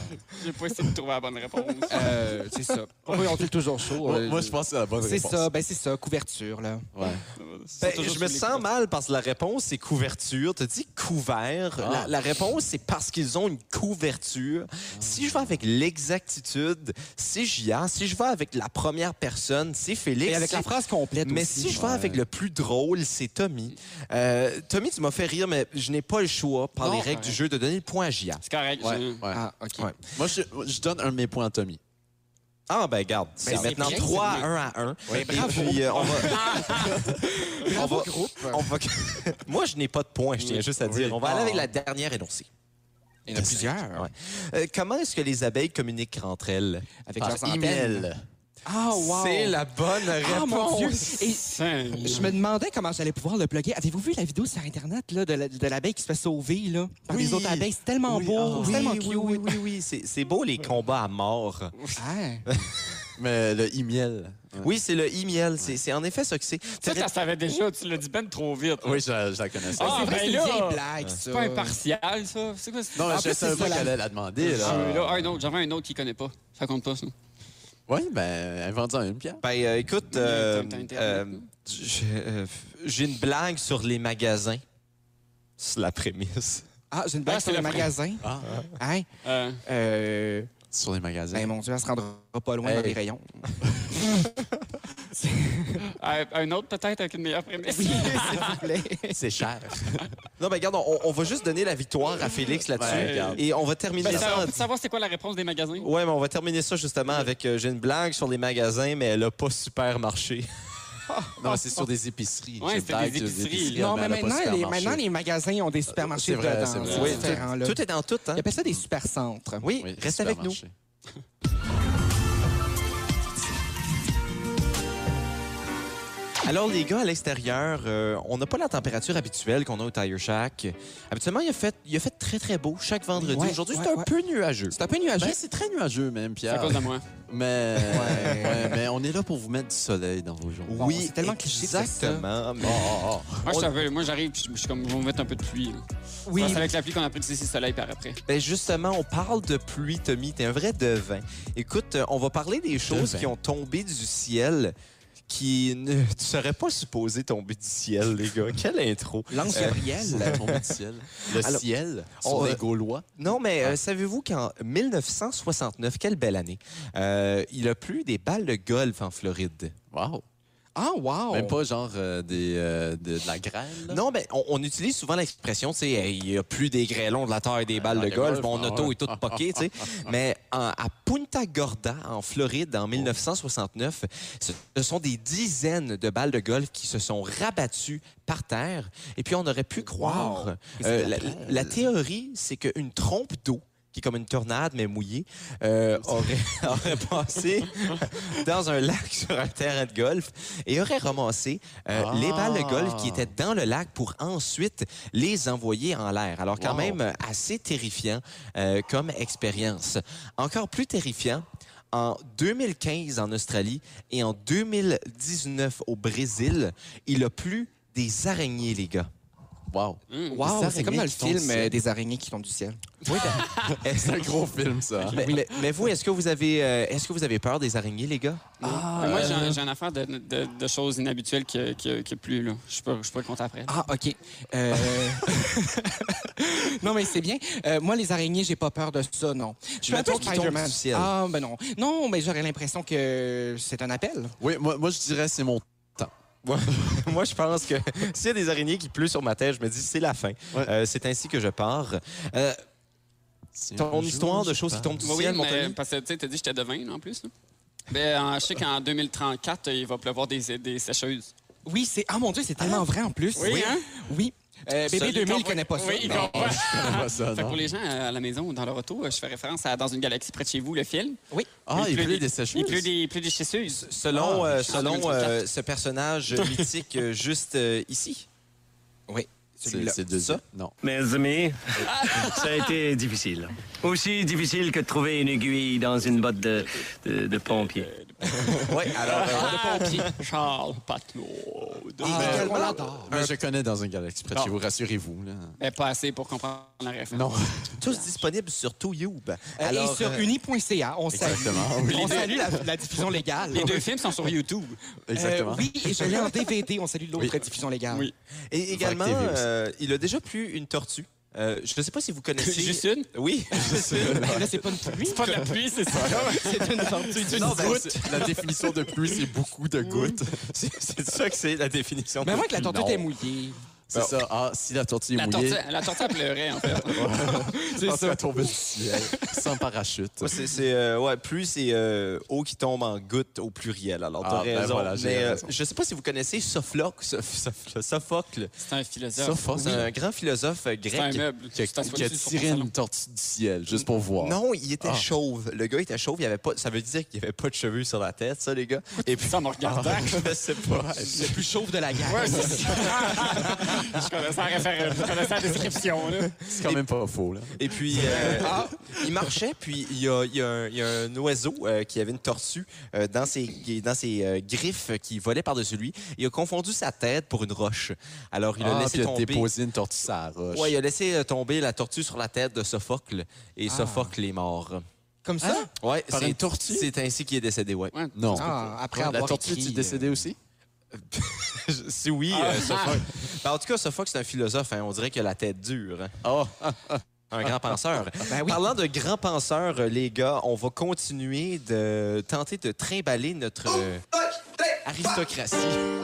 S5: J'ai pas essayé de trouver la bonne réponse.
S1: Ben,
S4: Euh, c'est ça. Pourquoi ils ont-ils toujours chaud?
S3: Moi,
S4: euh,
S3: moi, je pense que c'est la bonne
S4: C'est
S3: réponse.
S4: ça, ben c'est ça, couverture, là.
S3: Ouais.
S5: C'est
S1: Ben,
S5: toujours
S1: je me
S5: sous les
S1: sens
S5: couvertes.
S1: mal parce que la réponse, c'est couverture. Tu dis couvert.
S3: Ah.
S1: La, la réponse, c'est parce qu'ils ont une couverture. Si je vais avec l'exactitude, c'est Gia. Si je vais avec la première personne, c'est Félix.
S4: Et avec la
S1: Si-
S4: phrase complète
S1: Mais
S4: aussi.
S1: si je vais avec le plus drôle, c'est Tommy. Euh, Tommy, tu m'as fait rire, mais je n'ai pas le choix, par les
S5: Non,
S1: règles
S5: ouais.
S1: du jeu, de donner le point à Gia.
S5: C'est correct.
S3: Ouais,
S5: j'ai-
S3: ouais.
S4: Ah, OK.
S1: Ouais.
S3: Moi, je, je donne un de mes points à Tommy.
S1: Ah, ben, garde. C'est
S4: c'est
S1: maintenant
S4: bien,
S1: 3
S4: c'est
S1: à 1 à 1. Et
S4: bravo.
S1: puis, euh, on
S4: (laughs)
S1: va. (laughs) on
S4: Bravo,
S1: va-
S4: groupe.
S1: on va- (laughs) Moi, je n'ai pas de point, je tiens juste à dire. On va aller avec la dernière énoncée.
S4: Il y en a plusieurs.
S1: Ouais. Euh, comment est-ce que les abeilles communiquent entre elles?
S4: Avec
S1: Par
S4: leurs antennes.
S1: email.
S4: Ah, wow!
S1: C'est la bonne réponse.
S4: Ah, mon Dieu! Et
S5: Seigneur.
S4: je me demandais comment j'allais pouvoir le plugger. Avez-vous vu la vidéo sur Internet là, de la- de l'abeille qui se fait sauver là, par les autres abeilles? C'est tellement
S1: Oui,
S4: beau,
S1: ah,
S4: c'est
S1: oui,
S4: tellement
S1: oui,
S4: cute.
S1: oui, oui, oui. C'est c'est beau, les combats à mort.
S4: Ah.
S3: Mais le e-miel.
S1: Oui, c'est le e-miel. C'est c'est en effet ça que c'est.
S5: Ça, tu la savais déjà. Tu l'as dit ben trop vite.
S3: Oui, je, je la connaissais.
S5: Ah,
S4: c'est vrai,
S5: ben
S4: c'est une
S5: là,
S4: vieille blague, ça.
S5: C'est pas impartial, ça. C'est quoi ce
S3: Non, mais
S4: en
S3: je
S4: plus,
S3: savais
S4: c'est
S3: pas
S4: ça, la-
S3: qu'elle allait la demander. Là. euh,
S5: jeu-là? Ah, non, j'avais un autre qui connaît pas. Ça compte pas, ça.
S3: Oui, ben, invente-en une, Pierre.
S1: Ben, euh, écoute,
S5: Oui,
S1: euh,
S5: t'as- t'as Internet,
S1: euh,
S5: là.
S1: j'ai euh, j'ai une blague sur les magasins. C'est la prémisse.
S5: (laughs)
S4: Ah, j'ai une blague
S5: Ah,
S4: sur
S5: c'est
S4: le
S5: la
S4: magasin.
S3: Ah,
S4: Hein?
S3: (laughs)
S5: Euh,
S4: Euh,
S3: sur les magasins.
S4: ben, mon Dieu, elle se rendra pas loin
S3: Hey.
S4: dans les rayons.
S5: euh, un autre, peut-être, avec une meilleure prémisse. (laughs)
S3: c'est cher.
S1: Non, ben, regarde, on, on va juste donner la victoire à Félix là-dessus.
S3: Ouais, regarde.
S1: et on va terminer
S5: Ben, ça,
S1: ça.
S5: on peut savoir c'est quoi la réponse des magasins?
S3: Oh,
S1: Ouais, mais on va terminer ça justement avec euh, j'ai une blague sur les magasins, mais elle a pas super marché.
S3: Non, c'est sur des épiceries.
S5: Ouais,
S3: J'ai
S5: c'était
S3: une blague
S5: des
S3: sur
S5: épiceries.
S4: non,
S3: mais
S4: mais
S3: elle a pas
S4: maintenant, les,
S3: supermarché.
S4: maintenant, les magasins ont des supermarchés
S3: C'est vrai,
S4: dedans.
S3: c'est vrai.
S4: Euh, C'est
S3: Oui,
S4: différent, là.
S1: Tout est dans tout, hein?
S4: Ils appellent ça des supercentres.
S1: Oui,
S3: Oui,
S1: reste avec nous.
S3: supermarché.
S1: Alors, les gars, à l'extérieur, euh, on n'a pas la température habituelle qu'on a au Tire Shack. Habituellement, il a fait, il a fait très, très beau chaque vendredi.
S4: Ouais,
S1: Aujourd'hui,
S4: ouais,
S1: c'est un
S4: ouais.
S1: peu nuageux.
S4: C'est un peu nuageux.
S3: Ben, c'est très nuageux, même,
S5: C'est à
S3: Pierre.
S5: cause de moi.
S3: Mais... Ouais, mais on est là pour vous mettre du soleil dans vos Ah, journées.
S4: Bon, c'est tellement cliché de faire ça.
S1: exactement. mais-
S5: Moi, je suis un peu- moi, j'arrive, puis je je suis comme, vous mettre un peu de pluie. là.
S4: Oui.
S5: C'est avec la pluie qu'on a pris de le soleil par après.
S1: Ben justement, on parle de pluie, Tommy. T'es un vrai devin. Écoute, euh, on va parler des choses
S3: Devin.
S1: qui ont tombé du ciel qui ne (laughs) tu serais pas supposé tomber du ciel, les gars. Quelle intro.
S4: Lance
S1: Euh,
S4: le riel.
S3: La tombée du ciel. Le
S1: Alors,
S3: ciel
S1: on,
S3: sur les
S1: euh,
S3: Gaulois.
S1: Non, mais euh, savez-vous qu'en 1969, quelle belle année, euh, il a plu des balles de golf en Floride.
S3: Wow.
S4: Ah, wow.
S3: Même pas genre euh, des, euh, de, de la grêle.
S1: Oh.
S3: là.
S1: Non, mais on, on utilise souvent l'expression, tu sais, hey, il y a plus des grêlons de la taille des balles de
S3: balles de
S1: golf,
S3: golf,
S1: mon
S3: ah
S1: auto
S3: ouais.
S1: est toute poquée, (laughs) tu sais. Mais en- à Punta Gorda, en Floride, en 1969, ce, ce sont des dizaines de balles de golf qui se sont rabattues par terre. Et puis, on aurait pu croire. euh, la, la théorie, c'est qu'une trompe d'eau, qui est comme une tornade, mais mouillée, (laughs) euh, aurait, aurait passé dans un lac (laughs) sur un terrain de golf et aurait ramassé euh,
S3: Ah.
S1: les balles de golf qui étaient dans le lac pour ensuite les envoyer en l'air. Alors quand
S3: Wow.
S1: même euh, assez terrifiant euh, comme expérience. Encore plus terrifiant. En 2015 en Australie et en 2019 au Brésil, il a plu des araignées, les gars.
S3: Wow.
S5: Hum.
S4: Wow,
S3: Des
S4: c'est comme dans le
S3: araignées qui tombent du
S4: film euh,
S3: ciel.
S4: des araignées qui tombent du ciel.
S1: Oui,
S3: ben, (laughs) C'est un gros film, ça.
S1: Mais, mais- mais vous, est-ce que vous avez, euh, est-ce que vous avez peur des araignées, les gars
S4: Ah, euh,
S5: Mais moi, j'ai un- j'ai une affaire de, de- de choses inhabituelles qui qui qui a plu. là. Je peux, je peux compter après.
S4: Ah, OK. Euh, (laughs) non, mais c'est bien. Euh, moi, les araignées, j'ai pas peur de ça, non. Je suis un peu
S1: Mettons qu'ils tombent
S4: Spider-Man.
S1: du ciel.
S4: Ah, ben non. Non, mais j'aurais l'impression que c'est un appel.
S3: Oui, moi, moi je dirais c'est mon temps.
S1: (laughs) Moi, je pense que s'il y a des araignées qui pleuvent sur ma tête, je me dis c'est la fin.
S3: Ouais.
S1: Euh, c'est ainsi que je pars. Euh, ton histoire de choses qui tombent du
S5: Oui,
S1: ciel, mon
S5: mais
S1: Tony?
S5: parce que tu sais, t'as dit que j'étais devin, là, en plus. là. Ben, en- je sais qu'en 2034, il va pleuvoir des, des sécheuses.
S4: Oui, c'est. Ah, mon Dieu, c'est tellement vrai en plus.
S5: Oui, hein?
S4: Oui. Euh,
S5: Ça,
S4: bébé
S5: il
S4: 2000
S5: comprend-
S4: connaît pas ça.
S5: Oui, il
S4: Non.
S5: comprend.
S3: tombent. ça,
S5: Fait que
S3: non?
S5: pour les gens euh, à la maison ou dans leur auto, euh, je fais référence à Dans une galaxie près de chez vous, le film.
S4: Oui.
S3: Ah, il
S5: pleut
S3: pleut des sécheuses.
S5: Il pleut des, il pleut des sécheuses.
S1: Selon,
S5: Ah,
S1: euh,
S5: en
S1: selon
S5: 2034.
S1: euh, ce
S4: (laughs)
S1: personnage mythique euh, juste euh, ici.
S4: Oui.
S3: C'est
S4: Celui-là.
S3: c'est deux
S1: Ça?
S3: Non.
S8: Mes amis, ça a été difficile. Aussi difficile que de trouver une aiguille dans une botte de, de, de pompier.
S1: Oui,
S4: (laughs)
S1: alors.
S3: Ben,
S1: euh,
S5: Ah, (laughs) Charles Patnaud.
S4: Ah,
S3: Mais-
S4: on l'adore.
S3: Mais je connais dans une galaxie près de chez vous, rassurez-vous. là.
S5: Mais pas assez pour comprendre la référence.
S3: Non.
S1: euh, tous disponibles sur YouTube.
S4: Euh,
S1: Alors,
S4: et sur
S1: euh,
S4: uni.ca, on salue,
S3: Exactement, oui.
S4: on salue la, la diffusion légale.
S5: Les
S3: (laughs)
S5: deux films sont sur YouTube.
S3: Exactement.
S4: Euh, oui, et je l'ai en DVD, on salue l'autre
S3: Oui.
S4: diffusion légale.
S5: Oui.
S1: et également,
S3: Vrac TV aussi.
S1: euh, il a déjà plu une tortue. Euh, je ne sais pas si vous
S4: (laughs)
S1: connaissez.
S5: Juste une?
S1: Oui. (laughs)
S4: Mais là, c'est pas une pluie.
S5: Pas de la pluie, c'est ça.
S4: C'est une tortue. ben,
S3: Une goutte. La définition de pluie, c'est beaucoup de gouttes.
S1: C'est c'est ça que c'est la définition.
S4: Mais moi, que la tortue
S3: Non.
S4: était mouillée.
S3: C'est ça. Ah, si la tortille est
S5: La
S3: mouillée,
S5: tortue, la tortue, elle pleurait, en fait.
S3: c'est ça. qu'elle tombe du ciel, sans parachute.
S1: Ouais, c'est, c'est, euh, ouais, plus c'est euh, eau qui tombe en gouttes au pluriel. Alors, t'as
S3: Ah, ben
S1: raison.
S3: voilà, j'ai
S1: mais euh,
S3: raison.
S1: je sais pas si vous connaissez Sophloc- Soph- Soph- Sophocle.
S5: C'est un philosophe.
S3: Sauf
S1: C'est un grand philosophe euh,
S5: C'est un
S1: grec.
S5: meuble.
S3: qui a,
S5: Tu t'assois
S3: qui a
S5: dessus sur ton
S3: tiré
S5: salon.
S3: une tortue du ciel, juste pour voir.
S1: Non, il était
S3: Ah.
S1: chauve. Le gars était chauve. Il avait pas, ça veut dire qu'il avait pas de cheveux sur la tête, ça, les gars. Et puis,
S5: Ça me
S1: (laughs)
S5: regarde.
S3: Ah.
S1: je sais pas.
S4: Le plus chauve de la guerre.
S5: Je connaissais la référence, je connaissais la description. Là.
S3: C'est quand même pas faux. Là.
S1: Et
S3: (laughs)
S1: puis, euh,
S3: Ah.
S1: il marchait, puis il y a, il y a un, il y a un oiseau euh, qui avait une tortue euh, dans ses, qui- dans ses euh, griffes qui volait par-dessus lui. Il a confondu sa tête pour une roche. Alors, il a
S3: ah,
S1: laissé
S3: puis il a
S1: tomber.
S3: déposé une tortue sur la roche.
S1: Ouais, il a laissé euh, tomber la tortue sur la tête de Sophocle et Sophocle est mort.
S4: Comme ça?
S1: Ouais,
S3: Ah. Par
S1: c'est-
S3: une tortue?
S1: C'est ainsi qu'il est décédé, ouais.
S5: Ouais.
S3: Non.
S4: Ah, après
S3: la
S4: avoir
S3: tortue,
S4: écrit,
S3: tu es décédée aussi?
S1: (laughs) si oui,
S3: Ah.
S1: euh, Sophocle. Ben, en tout cas, Sophocle, c'est un philosophe. hein. On dirait qu'il a la tête dure. hein.
S3: Oh,
S1: Un grand penseur.
S4: Ben oui.
S1: Parlant de grands penseurs, euh, les gars, on va continuer de tenter de trimballer notre euh, aristocratie.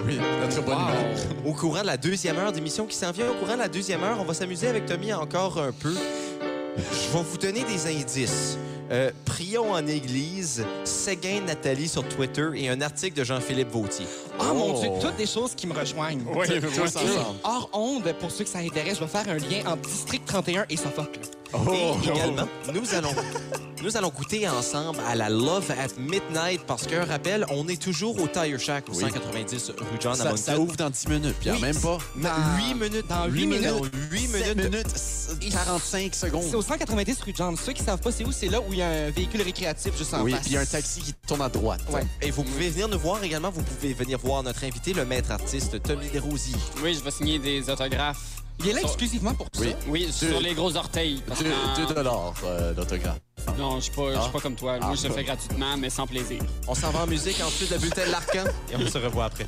S3: oui, notre bonne humeur.
S1: Au courant de la deuxième heure d'émission qui s'en vient, au courant de la deuxième heure, on va s'amuser avec Tommy encore un peu. Je vais vous donner des indices. Euh, prions en église, Séguin Nathalie sur Twitter et un article de Jean-Philippe Vautier.
S4: Oh, mon Dieu,
S3: Oh.
S4: toutes des choses qui me rejoignent.
S5: Oui,
S3: Tous ensemble.
S4: Hors onde, pour ceux que ça intéresse, je vais faire un lien entre District 31 et Sophocle.
S1: Et également, nous allons, nous allons goûter ensemble à la Love at Midnight parce qu'un rappel, on est toujours au Tire Shack au 190 rue John à
S3: Ça, ça
S1: Moncton.
S3: ouvre dans 10 minutes, Pierre,
S1: Oui.
S3: même pas.
S4: Dans-
S1: 8 minutes.
S4: dans huit minutes.
S1: 8
S3: 7
S1: minutes.
S3: minutes, s- 45
S4: C'est au
S3: secondes.
S4: 190 rue John. Ceux qui savent pas c'est où, c'est là où il y a un véhicule récréatif juste en
S3: Oui,
S4: face.
S3: puis un taxi qui tourne à droite.
S4: Ouais.
S1: Et vous pouvez venir nous voir également. Vous pouvez venir voir notre invité, le maître artiste Tommy Desrosiers.
S5: Oui, je vais signer des autographes.
S4: Il est là exclusivement pour ça.
S3: Oui.
S5: Oui, sur les gros orteils. parce que en-
S3: 2 dollars euh, d'autographe.
S5: Non, je suis pas, je suis
S3: Ah.
S5: pas comme toi. Moi, je le
S3: Ah.
S5: fais gratuitement, mais sans plaisir.
S1: On s'en va en musique ensuite le bulletin de l'Arcan et on se revoit après.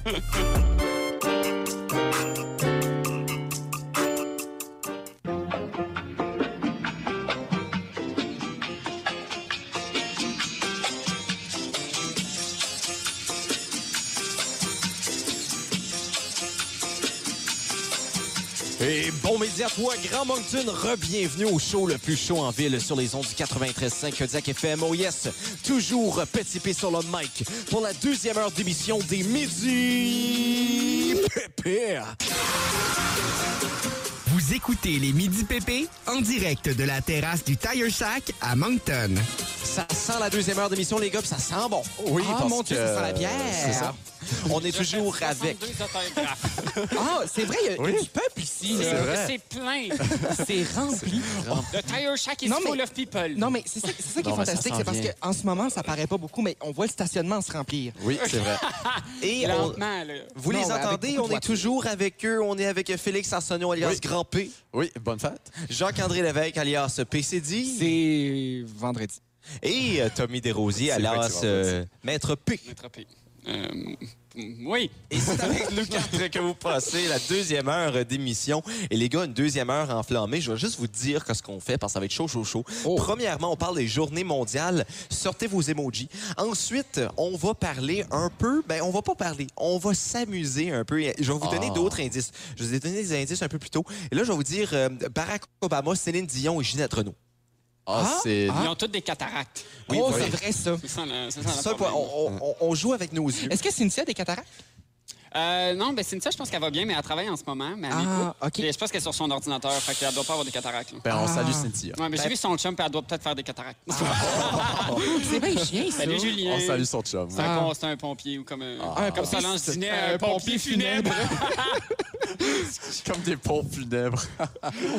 S1: Et bon midi à toi, Grand Moncton. Re-bienvenue au show le plus chaud en ville sur les ondes du 93.5 Kodiak FM. Oh yes, toujours petit P sur le mic pour la deuxième heure d'émission des Midi Pépé.
S2: Vous écoutez les Midi PP en direct de la terrasse du Tire Shack à Moncton.
S1: Ça sent la deuxième heure d'émission, les gars, puis ça sent bon.
S3: Oui,
S4: Ah,
S3: parce
S4: mon Dieu,
S3: que-
S4: ça sent la bière.
S3: C'est ça.
S1: On est toujours avec.
S4: Ah, c'est vrai, il y a du peuple ici.
S5: C'est
S4: là.
S3: vrai.
S5: Euh, c'est plein.
S4: C'est rempli.
S5: Le Tire Shack is
S4: Non, mais-
S5: full of people.
S4: Non, mais c'est ça, c'est ça qui est
S3: Non, mais ça
S4: fantastique,
S3: s'en
S4: c'est parce
S3: vient.
S4: qu'en ce moment, ça paraît pas beaucoup, mais on voit le stationnement se remplir.
S3: Oui, c'est vrai.
S1: Et on-
S5: Lentement, là.
S1: vous
S4: Non,
S1: les
S4: mais avec
S1: entendez, on
S4: beaucoup de
S1: est toujours avec eux. On est avec Félix Arsenault, alias
S3: Oui.
S1: Grand P.
S3: Oui, bonne fête.
S1: Jacques-André Lévesque, alias PCD.
S4: C'est vendredi.
S1: Et euh, Tommy Desrosiers,
S3: C'est vrai que
S1: alias
S3: c'est vendredi.
S1: euh, Maître P.
S5: Attrapé. Euh, oui.
S1: Et c'est
S4: (laughs)
S1: avec nous quatre que vous passez la deuxième heure d'émission. Et les gars, une deuxième heure enflammée. Je vais juste vous dire que ce qu'on fait, parce que ça va être chaud, chaud, chaud.
S4: Oh.
S1: Premièrement, on parle des journées mondiales. Sortez vos emojis. Ensuite, on va parler un peu... Ben, on va pas parler. On va s'amuser un peu. Et Je vais vous donner
S3: Ah.
S1: d'autres indices. Je vous ai donné des indices un peu plus tôt. Et là, je vais vous dire euh, Barack Obama, Céline Dion et Ginette Renault.
S3: Ah, c'est...
S5: Ils ont toutes des cataractes.
S1: Oui,
S4: oh,
S1: voilà.
S4: c'est vrai, ça.
S5: C'est ça, le- c'est ça, le
S1: Ça,
S5: problème.
S1: on, on- on joue avec nos yeux.
S4: Ah, Est-ce que Cynthia a des cataractes?
S5: Euh, non, ben Cynthia, je pense qu'elle va bien, mais elle travaille en ce moment. Mais elle
S4: Ah,
S5: m'écoute.
S4: OK.
S5: Et Je pense qu'elle est sur son ordinateur, fait qu'elle doit pas avoir des cataractes. là.
S3: Ben, on
S4: Ah.
S3: salue Cynthia.
S5: Ouais, mais j'ai vu son chum, puis elle doit peut-être faire des cataractes.
S4: C'est bien chien, ça.
S5: Salut Julien.
S3: On salue son chum.
S5: C'est un,
S4: Ah.
S5: pom- c'est un pompier ou comme un. comme
S4: pompiste.
S5: Solange Dinet,
S4: Un
S5: un pompier
S4: pompier funèbre.
S5: funèbre.
S3: Comme des pompes funèbres.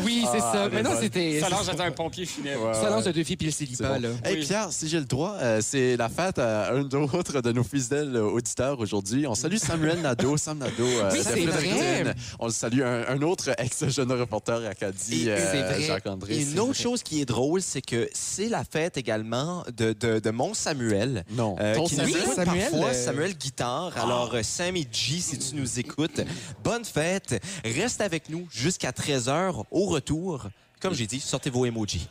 S4: Oui, c'est ça. Mais non,
S3: Ah, bonne. Ah,
S4: c'était...
S5: Solange était un pompier funèbre.
S4: Solange de deux filles puis le célibat,
S3: bon.
S4: Ah, là.
S3: Hey
S5: Oui.
S3: Pierre, si j'ai le droit, euh, c'est la fête à un d'autres de nos fidèles euh, auditeurs aujourd'hui. On salue Samuel Nadeau, Sam Nadeau euh,
S4: Oui,
S3: de
S4: c'est vrai.
S3: Fredericton. On le salue, un, un autre ex-jeune reporter Acadie,
S1: Et-
S3: euh,
S4: c'est vrai.
S3: Jacques-André.
S1: Et une autre chose qui est drôle, c'est que c'est la fête également de, de, de Mont-Samuel.
S3: Non.
S1: Euh,
S3: Ton
S1: qui nous
S3: Samuel?
S1: écoute
S4: Oui, Samuel,
S1: parfois,
S4: euh,
S1: Samuel Guitare. Alors, euh, Sammy G, si tu nous écoutes, bonne fête. Reste avec nous jusqu'à 13h. Au retour, comme j'ai dit, sortez vos emojis.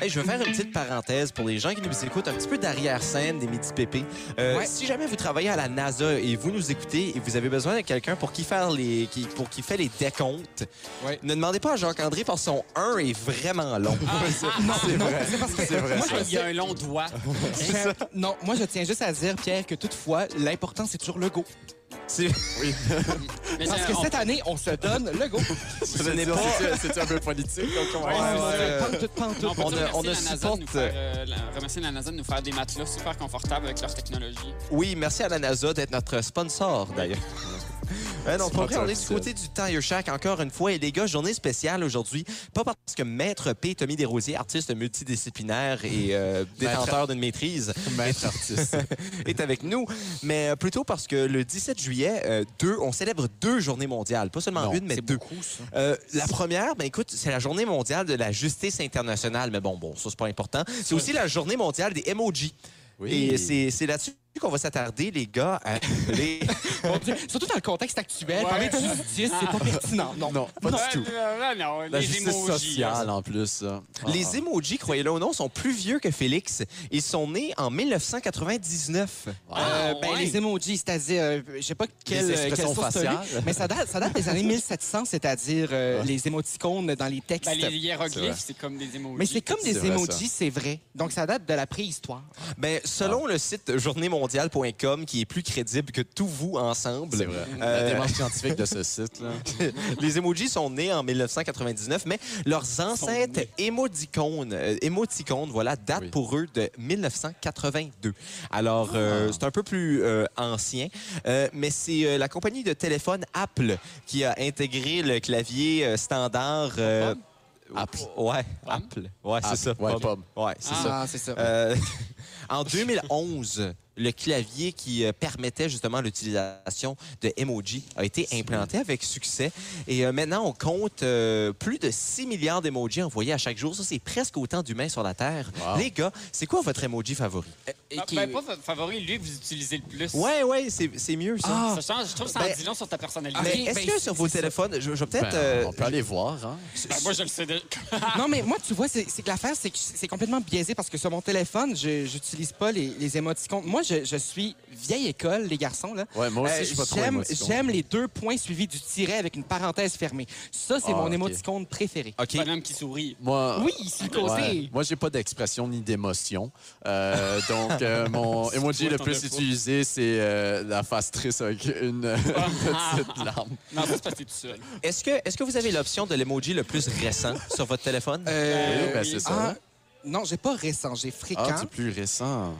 S1: Hey, je vais faire une petite parenthèse pour les gens qui nous écoutent un petit peu d'arrière-scène des Midi Pépé. Euh,
S4: Ouais.
S1: Si jamais vous travaillez à la NASA et vous nous écoutez et vous avez besoin de quelqu'un pour qui faire les qui- pour qui fait les décomptes,
S4: Ouais.
S1: ne demandez pas à Jacques-André parce que son 1 est vraiment (laughs) long. Ah.
S3: C'est vrai. C'est vrai.
S5: Moi,
S3: ça.
S5: il y a un long doigt.
S4: Euh, Non, moi, je tiens juste à dire, Pierre, que toutefois, l'important, c'est toujours le go.
S1: C'est-
S5: Mais
S4: Parce
S5: c'est-
S4: que
S5: on-
S4: cette année, on se donne le go.
S1: ce n'est pas-
S3: C'est- c'est un peu politique. donc on-
S5: Ouais,
S4: Ah,
S5: c'est ça.
S4: c'est pas en tout, pas en tout.
S5: On, peut
S1: On ne-
S5: remercier
S1: on ne
S5: la NASA de
S1: supporte-
S5: nous faire, euh, la- remercier la NASA de nous faire des matelas super confortables avec leur technologie.
S1: Oui, merci à la NASA d'être notre sponsor, d'ailleurs. Ouais, non, pour vrai, on est du côté du Tire Shack encore une fois. Et les gars, journée spéciale aujourd'hui. Pas parce que Maître P. Tommy Desrosiers, artiste multidisciplinaire et euh, détenteur d'une maîtrise,
S3: Maître artiste.
S1: est avec nous, mais euh, plutôt parce que le 17 juillet, euh, deux, on célèbre deux journées mondiales. Pas seulement
S3: Non,
S1: une, mais deux. Euh, la première, ben écoute, c'est la journée mondiale de la justice internationale. Mais bon, bon, ça, c'est pas important. C'est aussi la journée mondiale des emojis.
S3: Oui.
S1: Et c'est c'est là-dessus qu'on va s'attarder, les gars.
S3: (laughs)
S1: à- les-
S4: Mon Dieu. Surtout dans le contexte actuel,
S5: Ouais.
S4: parler de justice, c'est pas pertinent. Non,
S3: Non, pas du tout.
S5: Euh, non,
S3: La
S5: les
S3: justice
S5: emojis,
S3: sociale, en plus. hein. Ah, ah.
S1: Les emojis, croyez-le ou non, sont plus vieux que Félix. Ils sont nés en 1999.
S5: Ah,
S4: Euh, ben,
S5: ouais.
S4: Les emojis, c'est-à-dire, euh, je sais pas quelle,
S3: Les expressions
S4: quelle source t'as lu,
S3: faciales.
S4: mais ça date, ça date des années 1700, c'est-à-dire euh, les émoticônes dans les textes.
S5: Ben, les
S3: C'est vrai.
S5: hiéroglyphes, c'est comme des emojis.
S4: Mais c'est comme
S3: C'est
S4: des
S3: vrai,
S4: emojis, c'est vrai. Donc ça date de la préhistoire.
S3: Ah.
S1: Ben, selon le site journées mondial.com qui est plus crédible que tout vous ensemble.
S3: C'est vrai.
S1: Euh,
S3: La démarche scientifique de ce site, là.
S1: (laughs) les emojis sont nés en 1999, mais leurs ancêtres émoticônes, euh, émoticônes, voilà, datent
S3: Oui.
S1: pour eux de 1982. Alors, euh,
S3: Ah.
S1: c'est un peu plus euh, ancien, euh, mais c'est euh, la compagnie de téléphone Apple qui a intégré le clavier euh, standard. euh,
S3: Apple.
S1: Ouais, Apple. Ouais, c'est
S3: Apple.
S1: ça.
S3: Ouais,
S1: Pomme.
S3: pomme.
S1: Ouais, c'est ça.
S4: Ah, c'est ça.
S1: Euh, (laughs) en 2011, le clavier qui euh, permettait justement l'utilisation de emoji a été implanté avec succès. Et euh, maintenant, on compte euh, plus de 6 milliards d'emojis envoyés à chaque jour. Ça, c'est presque autant d'humains sur la Terre.
S3: Wow.
S1: Les gars, c'est quoi votre emoji favori?
S4: Et
S5: Ah,
S4: qui-
S5: ben, pas fa- favori, lui que vous utilisez le plus.
S1: Ouais, ouais, c'est c'est mieux ça.
S5: Ça change, je trouve que ça en
S1: Ben-
S5: dit long sur ta personnalité.
S1: Mais
S4: ok,
S1: est-ce
S4: ben,
S1: que
S4: c'est-
S1: sur vos
S4: c'est ça.
S1: téléphones, je, je vais peut-être...
S3: Ben,
S1: euh,
S3: on peut aller voir, hein?
S5: Ben, moi, je le sais déjà.
S4: Non, mais moi, tu vois, c'est c'est que l'affaire, c'est que c'est complètement biaisé parce que sur mon téléphone, je j'utilise pas les, les émoticônes. Moi, je, je suis vieille école, les garçons, là.
S3: Ouais, moi aussi,
S4: Euh,
S3: je suis pas trop
S4: j'aime-
S3: émoticône.
S4: J'aime les deux points suivis du tiret avec une parenthèse fermée. Ça, c'est
S3: Ah,
S4: mon
S3: ok. Ah,
S4: émoticône préféré.
S1: OK.
S5: Bonhomme qui sourit.
S3: Moi,
S4: Oui, ici,
S3: Ouais.
S4: côté.
S3: Moi, j'ai pas d'expression ni d'émotion. Euh, donc,
S4: (laughs)
S3: euh, mon emoji
S5: toi,
S3: le
S5: ton
S3: plus
S5: défaut.
S3: utilisé, c'est euh, la face triste avec (laughs) une euh, petite larme.
S5: Non, ça, c'est parce que t'es tout seul.
S1: Est-ce que, est que vous avez l'option de l'emoji le plus récent sur votre téléphone?
S4: Euh,
S3: Oui, ben,
S5: oui.
S3: c'est ça.
S4: ah, non, j'ai pas récent, j'ai fréquent.
S3: Ah, c'est plus récent.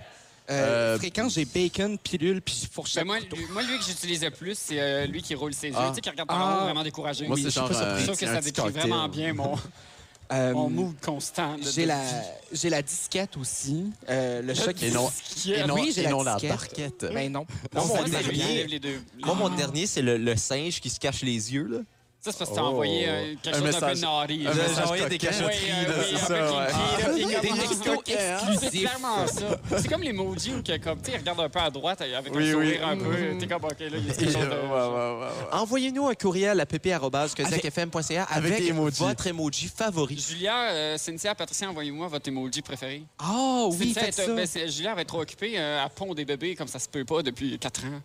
S4: Euh,
S3: euh,
S4: Fréquent, j'ai bacon, pilule, puis fourchette.
S5: Ben, moi, lui, moi, lui que j'utilisais le plus, c'est euh, lui qui roule ses yeux,
S3: Ah.
S5: tu sais, qui regarde par
S4: Ah.
S5: l'ombre, vraiment découragé.
S3: Moi, c'est
S5: Je suis
S3: genre,
S5: pas
S3: euh,
S5: surpris. Je trouve
S3: un
S5: que ça
S3: petit
S5: décrit
S3: cocktail.
S5: vraiment bien mon,
S4: Euh,
S5: mon mood constant. de-
S4: j'ai
S5: de-
S4: la, j'ai la disquette aussi. Euh, le choc
S3: Et non,
S5: Qui est-
S3: et non,
S4: oui, j'ai
S3: et
S4: la
S3: non la
S4: disquette.
S3: barquette.
S4: Mais non.
S1: Non,
S5: Ça,
S1: mon
S5: c'est lui qui
S1: dernier-
S5: enlève les deux.
S1: Moi, mon dernier, c'est le, le singe qui se cache les yeux. Là.
S5: Ça, c'est parce que t'as
S3: Oh.
S5: envoyé euh, quelque
S3: Un
S5: chose d'un peu
S3: message-
S5: naughty.
S3: un
S5: là.
S3: message
S1: envoyé des
S3: coquet.
S5: Ouais,
S1: cachotteries,
S5: euh,
S1: là,
S5: oui,
S1: c'est
S5: avec
S1: ça, ouais.
S5: une
S3: Ah,
S5: fille, là, puis comme- C'est
S4: exclusifs.
S3: hein?
S5: clairement ça. C'est comme les emojis où que, comme, tu sais, ils regardent un peu à droite avec un
S3: Oui,
S5: sourire
S3: oui.
S5: un peu. T'es comme, OK, là, il y a quelque chose
S3: Ouais, ouais,
S5: de...
S3: ouais, ouais.
S1: Envoyez-nous un courriel à pp.kzakfm.ca avec,
S3: avec des emojis.
S1: votre emoji favori.
S5: Julia, euh, Cynthia, Patricia, envoyez-moi votre emoji préféré.
S4: Ah oui,
S5: Cynthia
S4: faites
S5: est-
S4: ça.
S5: ben, c'est- Julia va être trop occupée euh, à pondre des bébés comme ça se peut pas depuis 4 ans.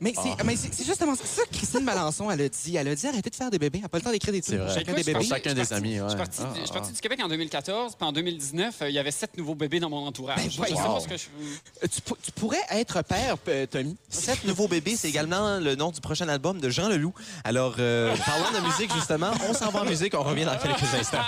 S4: Mais
S3: Ah.
S4: c'est mais c'est- c'est justement ça. ça que Christine Malençon, elle a dit. Elle a dit arrêtez de faire des bébés. Elle n'a pas le temps d'écrire des trucs
S3: C'est
S4: pour
S3: vrai.
S4: chacun
S5: Moi,
S4: des
S5: je suis
S4: bébés.
S5: parti-
S3: Chacun des
S5: je suis parti-
S3: amis,
S5: Je
S3: ouais.
S5: suis parti,
S3: Ah,
S5: du- je suis
S3: ah,
S5: parti du Québec en 2014, puis en 2019, euh, il y avait sept nouveaux bébés dans mon entourage.
S4: Ben,
S5: je sais
S4: voyons.
S5: pas ce que je...
S4: Euh, Tu, pour- tu pourrais être père, p- Tommy.
S1: Sept nouveaux bébés, c'est également le nom du prochain album de Jean Leloup. Alors, euh, parlant de musique, justement, on s'en va en musique, on revient dans quelques instants.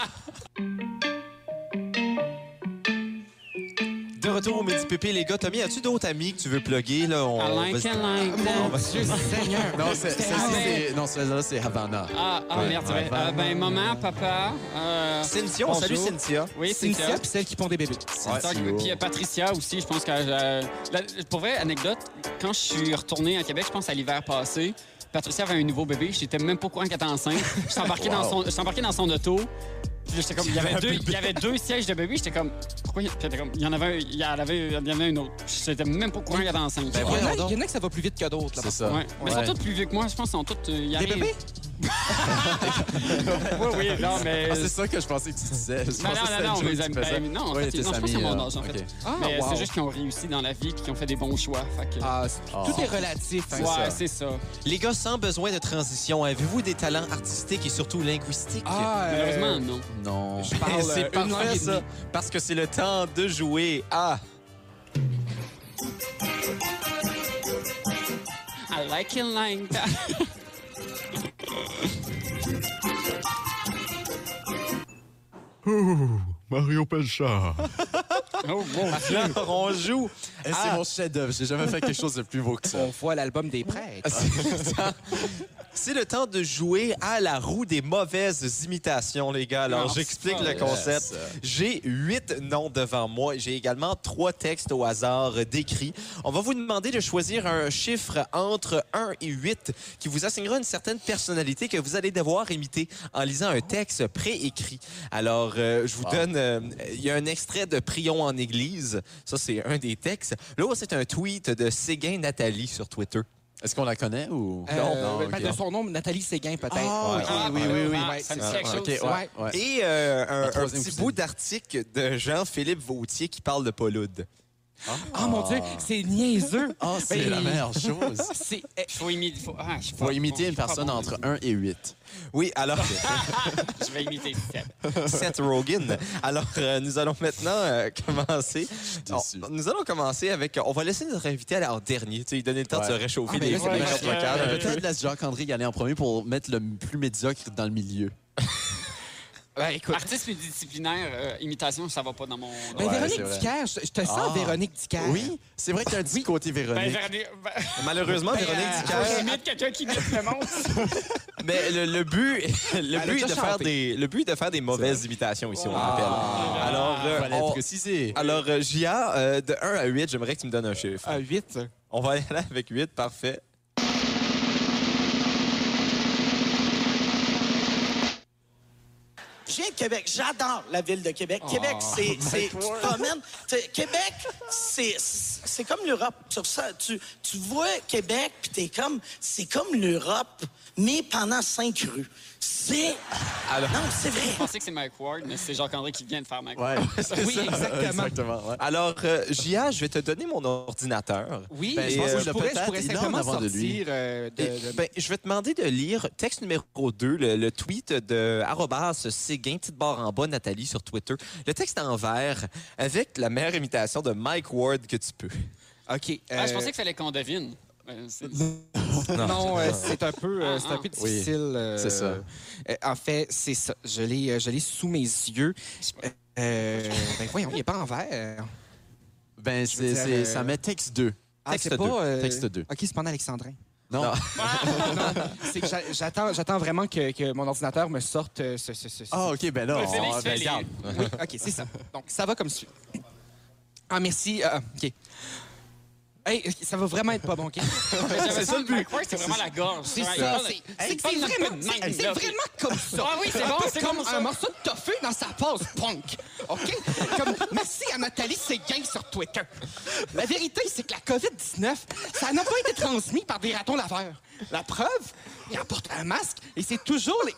S1: De retour au Midi Pépé, les gars. Tommy, as-tu d'autres amis que tu veux plugger? Là? On,
S5: I
S1: va
S5: like
S1: se-
S5: it like
S1: on
S5: that.
S1: va-
S4: Seigneur.
S3: Non, c'est- celle-ci,
S5: mais-
S3: c'est- non, celle-là, c'est Havana.
S5: Ah, ah, merde, c'est vrai. Euh, ben, maman, papa... Euh...
S1: Cynthia, on salue Cynthia.
S5: Oui,
S4: Cynthia,
S5: Cynthia.
S4: puis celle qui pond des bébés.
S5: Tant que- Puis euh, Patricia aussi, je pense que... euh, la- pour vrai, anecdote, quand je suis retourné à Québec, je pense à l'hiver passé, Patricia avait un nouveau bébé, j'étais même pas au courant qu'elle était enceinte. Je suis embarqué, dans, son, je suis embarqué dans son auto. Puis là, j'étais comme, il y, avait deux, il y avait deux sièges de bébé, j'étais comme, pourquoi il y a- puis elle était comme, il y en avait un, il y en avait, il y en avait une autre. J'étais même pas au courant qu'elle était enceinte.
S4: Il y, en a, il y en a que ça va plus vite que d'autres. là.
S3: Ben C'est ça.
S5: Ouais. Mais ils
S3: Ouais.
S5: sont tous plus vieux que moi, je pense qu'ils sont tous. euh, ils
S4: Des
S5: arrivent.
S4: bébés?
S5: Oui, oui, non, mais.
S3: Ah, c'est ça que je pensais que tu disais. Je pensais
S5: Non,
S3: que c'était
S5: non, non,
S3: le
S5: non,
S3: jeu
S5: mes
S3: que tu
S5: amis.
S3: faisais.
S5: ben, non, en
S3: Ouais,
S5: fait,
S3: tes
S5: non, je pense
S3: amis,
S5: que c'est mon
S3: euh,
S5: âge, en fait.
S3: ok.
S4: Ah,
S5: mais
S4: wow.
S5: c'est juste qu'ils ont réussi dans la vie, qu'ils ont fait des bons choix. Fait que...
S4: Ah, c'est-
S3: Ah. Euh,
S4: Tout est relatif. hein.
S5: ouais, c'est ça.
S1: Les gars, sans besoin de transition, avez-vous des talents artistiques et surtout linguistiques?
S4: Ah, euh,
S5: Malheureusement, non.
S3: Non.
S4: je parle
S1: Et c'est
S4: euh, une langue
S1: parfait,
S4: et
S1: ça.
S4: demie.
S1: Parce que c'est le temps de jouer à...
S5: I like it like
S9: (laughs)
S5: that.
S9: Mario Pelchard.
S5: (laughs) Oh, mon Dieu.
S1: Alors, on joue
S3: Eh, C'est mon chef-d'œuvre. J'ai jamais fait quelque chose de plus beau que ça.
S4: On voit l'album des
S3: Ah,
S4: prêtres.
S1: C'est le temps de jouer à la roue des mauvaises imitations, les gars. Alors,
S5: Ah,
S1: j'explique
S5: ça,
S1: le
S5: yes.
S1: concept. J'ai huit noms devant moi. J'ai également trois textes au hasard euh, décrits. On va vous demander de choisir un chiffre entre 1 et 8 qui vous assignera une certaine personnalité que vous allez devoir imiter en lisant un texte préécrit. Alors, euh, je vous donne... euh, Il y a un extrait de Prions en Église. Ça, c'est un des textes. L'autre, c'est un tweet de Séguin Nathalie sur Twitter.
S3: Est-ce qu'on la connaît ou.
S4: Euh,
S3: non,
S4: ben,
S3: Ah, ok.
S4: De son nom, Nathalie Séguin, peut-être.
S3: Ah,
S5: Ah,
S3: oui, oui, oui.
S5: ah, Ça me dit quelque
S3: Ouais,
S5: chose.
S3: ok, ouais,
S5: ça.
S3: ouais.
S1: Et euh, un, un
S3: troisième
S1: petit
S3: cousine.
S1: bout d'article de Jean-Philippe Vautier qui parle de Paulude.
S4: Oh mon Dieu, c'est niaiseux.
S3: Ah, c'est
S4: Ben,
S3: la meilleure chose.
S4: C'est eh,
S5: Faut imiter. Faut, ah,
S3: (laughs)
S5: je-
S3: Faut imiter une
S5: je suis pas
S3: personne
S5: bon.
S3: entre 1 et 8.
S1: Oui,
S3: (laughs)
S1: alors, (laughs)
S5: Je vais imiter Seb.
S1: Seth Rogen. Alors, euh, nous allons maintenant euh, (laughs) commencer.
S3: déçu.
S1: On- nous allons commencer avec. euh, On va laisser notre invité aller en dernier, tu sais, lui donner le temps
S3: Ouais.
S1: de se réchauffer
S3: Ah, ben
S1: des
S3: là, c'est
S1: des
S3: bien.
S1: cordes vocales.
S5: Euh,
S3: Peut-être laisse Jacques-André y aller en premier pour mettre le plus médiocre dans le milieu.
S4: Ben, écoute.
S5: Artiste multidisciplinaire, euh, imitation, ça va pas dans mon.
S4: Ben,
S3: Ah. Ouais, c'est
S4: Véronique
S3: vrai.
S4: Dicker, je, je te sens
S3: Ah.
S4: Véronique Dicker.
S3: Oui, c'est vrai qu'il y a un petit côté
S5: Ben,
S3: Véronique.
S5: Véronique- ben,
S1: Malheureusement, Véronique
S4: euh,
S1: Dicker-
S5: faut que j'imite quelqu'un qui imite le monde.
S1: Mais le, le but, (laughs) le
S4: a
S1: but, est
S4: déjà
S1: de faire
S4: chanté.
S1: des, le but est de faire des mauvaises imitations ici, on le
S3: Ah.
S1: rappelle. Alors, euh,
S3: Fallait
S1: on-
S3: préciser.
S1: alors euh, Gia, euh, de 1 à 8, j'aimerais que tu me donnes un
S3: Ah,
S1: chiffre.
S4: À 8.
S1: On va y aller avec 8, parfait.
S7: Je viens de Québec. J'adore la ville de
S10: Ah.
S7: Québec. Québec,
S10: Ben
S7: c'est. c'est- Tu te promènes. Tu sais, Québec, c'est c'est comme l'Europe. Sur ça, tu, tu vois Québec, puis t'es comme. C'est comme l'Europe, mais pendant cinq rues. C'est. Non, c'est vrai.
S5: Je pensais que c'est Mike Ward, mais c'est Jacques-André qui vient de faire Mike
S3: Ouais,
S5: Ward.
S4: Ah Oui, exactement.
S3: exactement. ouais.
S1: Alors, euh, Gia, je vais te donner mon ordinateur.
S4: Oui,
S1: Ben,
S4: je,
S1: je
S4: pense
S1: pense
S4: que
S1: qu'il
S4: je
S1: a
S4: pourrais, je
S3: euh, peut-être-
S4: pourrais
S3: il est en
S4: simplement
S3: avant de
S4: sortir
S3: lui.
S4: euh, de,
S1: Et,
S4: de-
S1: ben, je vais te demander de lire texte numéro 2, le, le tweet de arrobas Séguin, petite barre en bas, Nathalie, sur Twitter. Le texte en vert, avec la meilleure imitation de Mike Ward que tu peux.
S4: OK.
S5: Ah, je
S4: euh,
S5: pensais qu'il fallait qu'on devine. Euh, c'est-
S4: (laughs) Non,
S3: (laughs)
S4: euh, c'est un peu, euh, c'est un peu
S5: Ah,
S3: ah.
S4: difficile. euh,
S3: c'est ça.
S4: euh, en fait, c'est ça. Je l'ai, euh, je l'ai sous mes yeux. Euh, ben voyons, il n'est pas en vert.
S3: Ben,
S4: veux
S3: c'est,
S4: dire,
S3: c'est-
S4: euh,
S3: ça met texte 2.
S4: Ah,
S3: Texte
S4: c'est
S3: deux.
S4: pas, euh,
S3: Texte deux.
S4: OK, c'est pas en alexandrin.
S3: Non. (laughs)
S4: C'est que j'a- j'attends, j'attends vraiment que, que mon ordinateur me sorte euh, ce... ce, ce, ce-
S3: Ah, OK, ben là,
S5: Le
S3: on-
S5: Félix
S3: ben,
S5: fait les-
S3: regarde. (laughs)
S4: Oui, OK, c'est ça. Donc, ça va comme suit. Ah, merci. ah, OK. Hey, ça va vraiment être pas
S3: (laughs)
S4: bon, OK?
S5: Mais J'avais ça, le but. Mike Ward, c'est vraiment la gorge.
S4: C'est
S5: Ouais,
S4: ça.
S5: il parle-
S4: C'est- C'est
S5: il
S4: que
S5: parle
S4: c'est
S5: de-
S4: vraiment,
S5: de-
S4: c'est-
S5: de-
S4: c'est vraiment comme ça.
S5: Ah oui, c'est
S4: Un
S5: bon,
S4: peu
S5: c'est
S4: comme,
S5: comme ça.
S4: un morceau de tofu dans sa pause punk. OK? Comme, merci à Nathalie Séguin sur Twitter. La vérité, c'est que la COVID-19, ça n'a pas été transmis par des ratons laveurs. La preuve, ils portent un masque et c'est toujours les.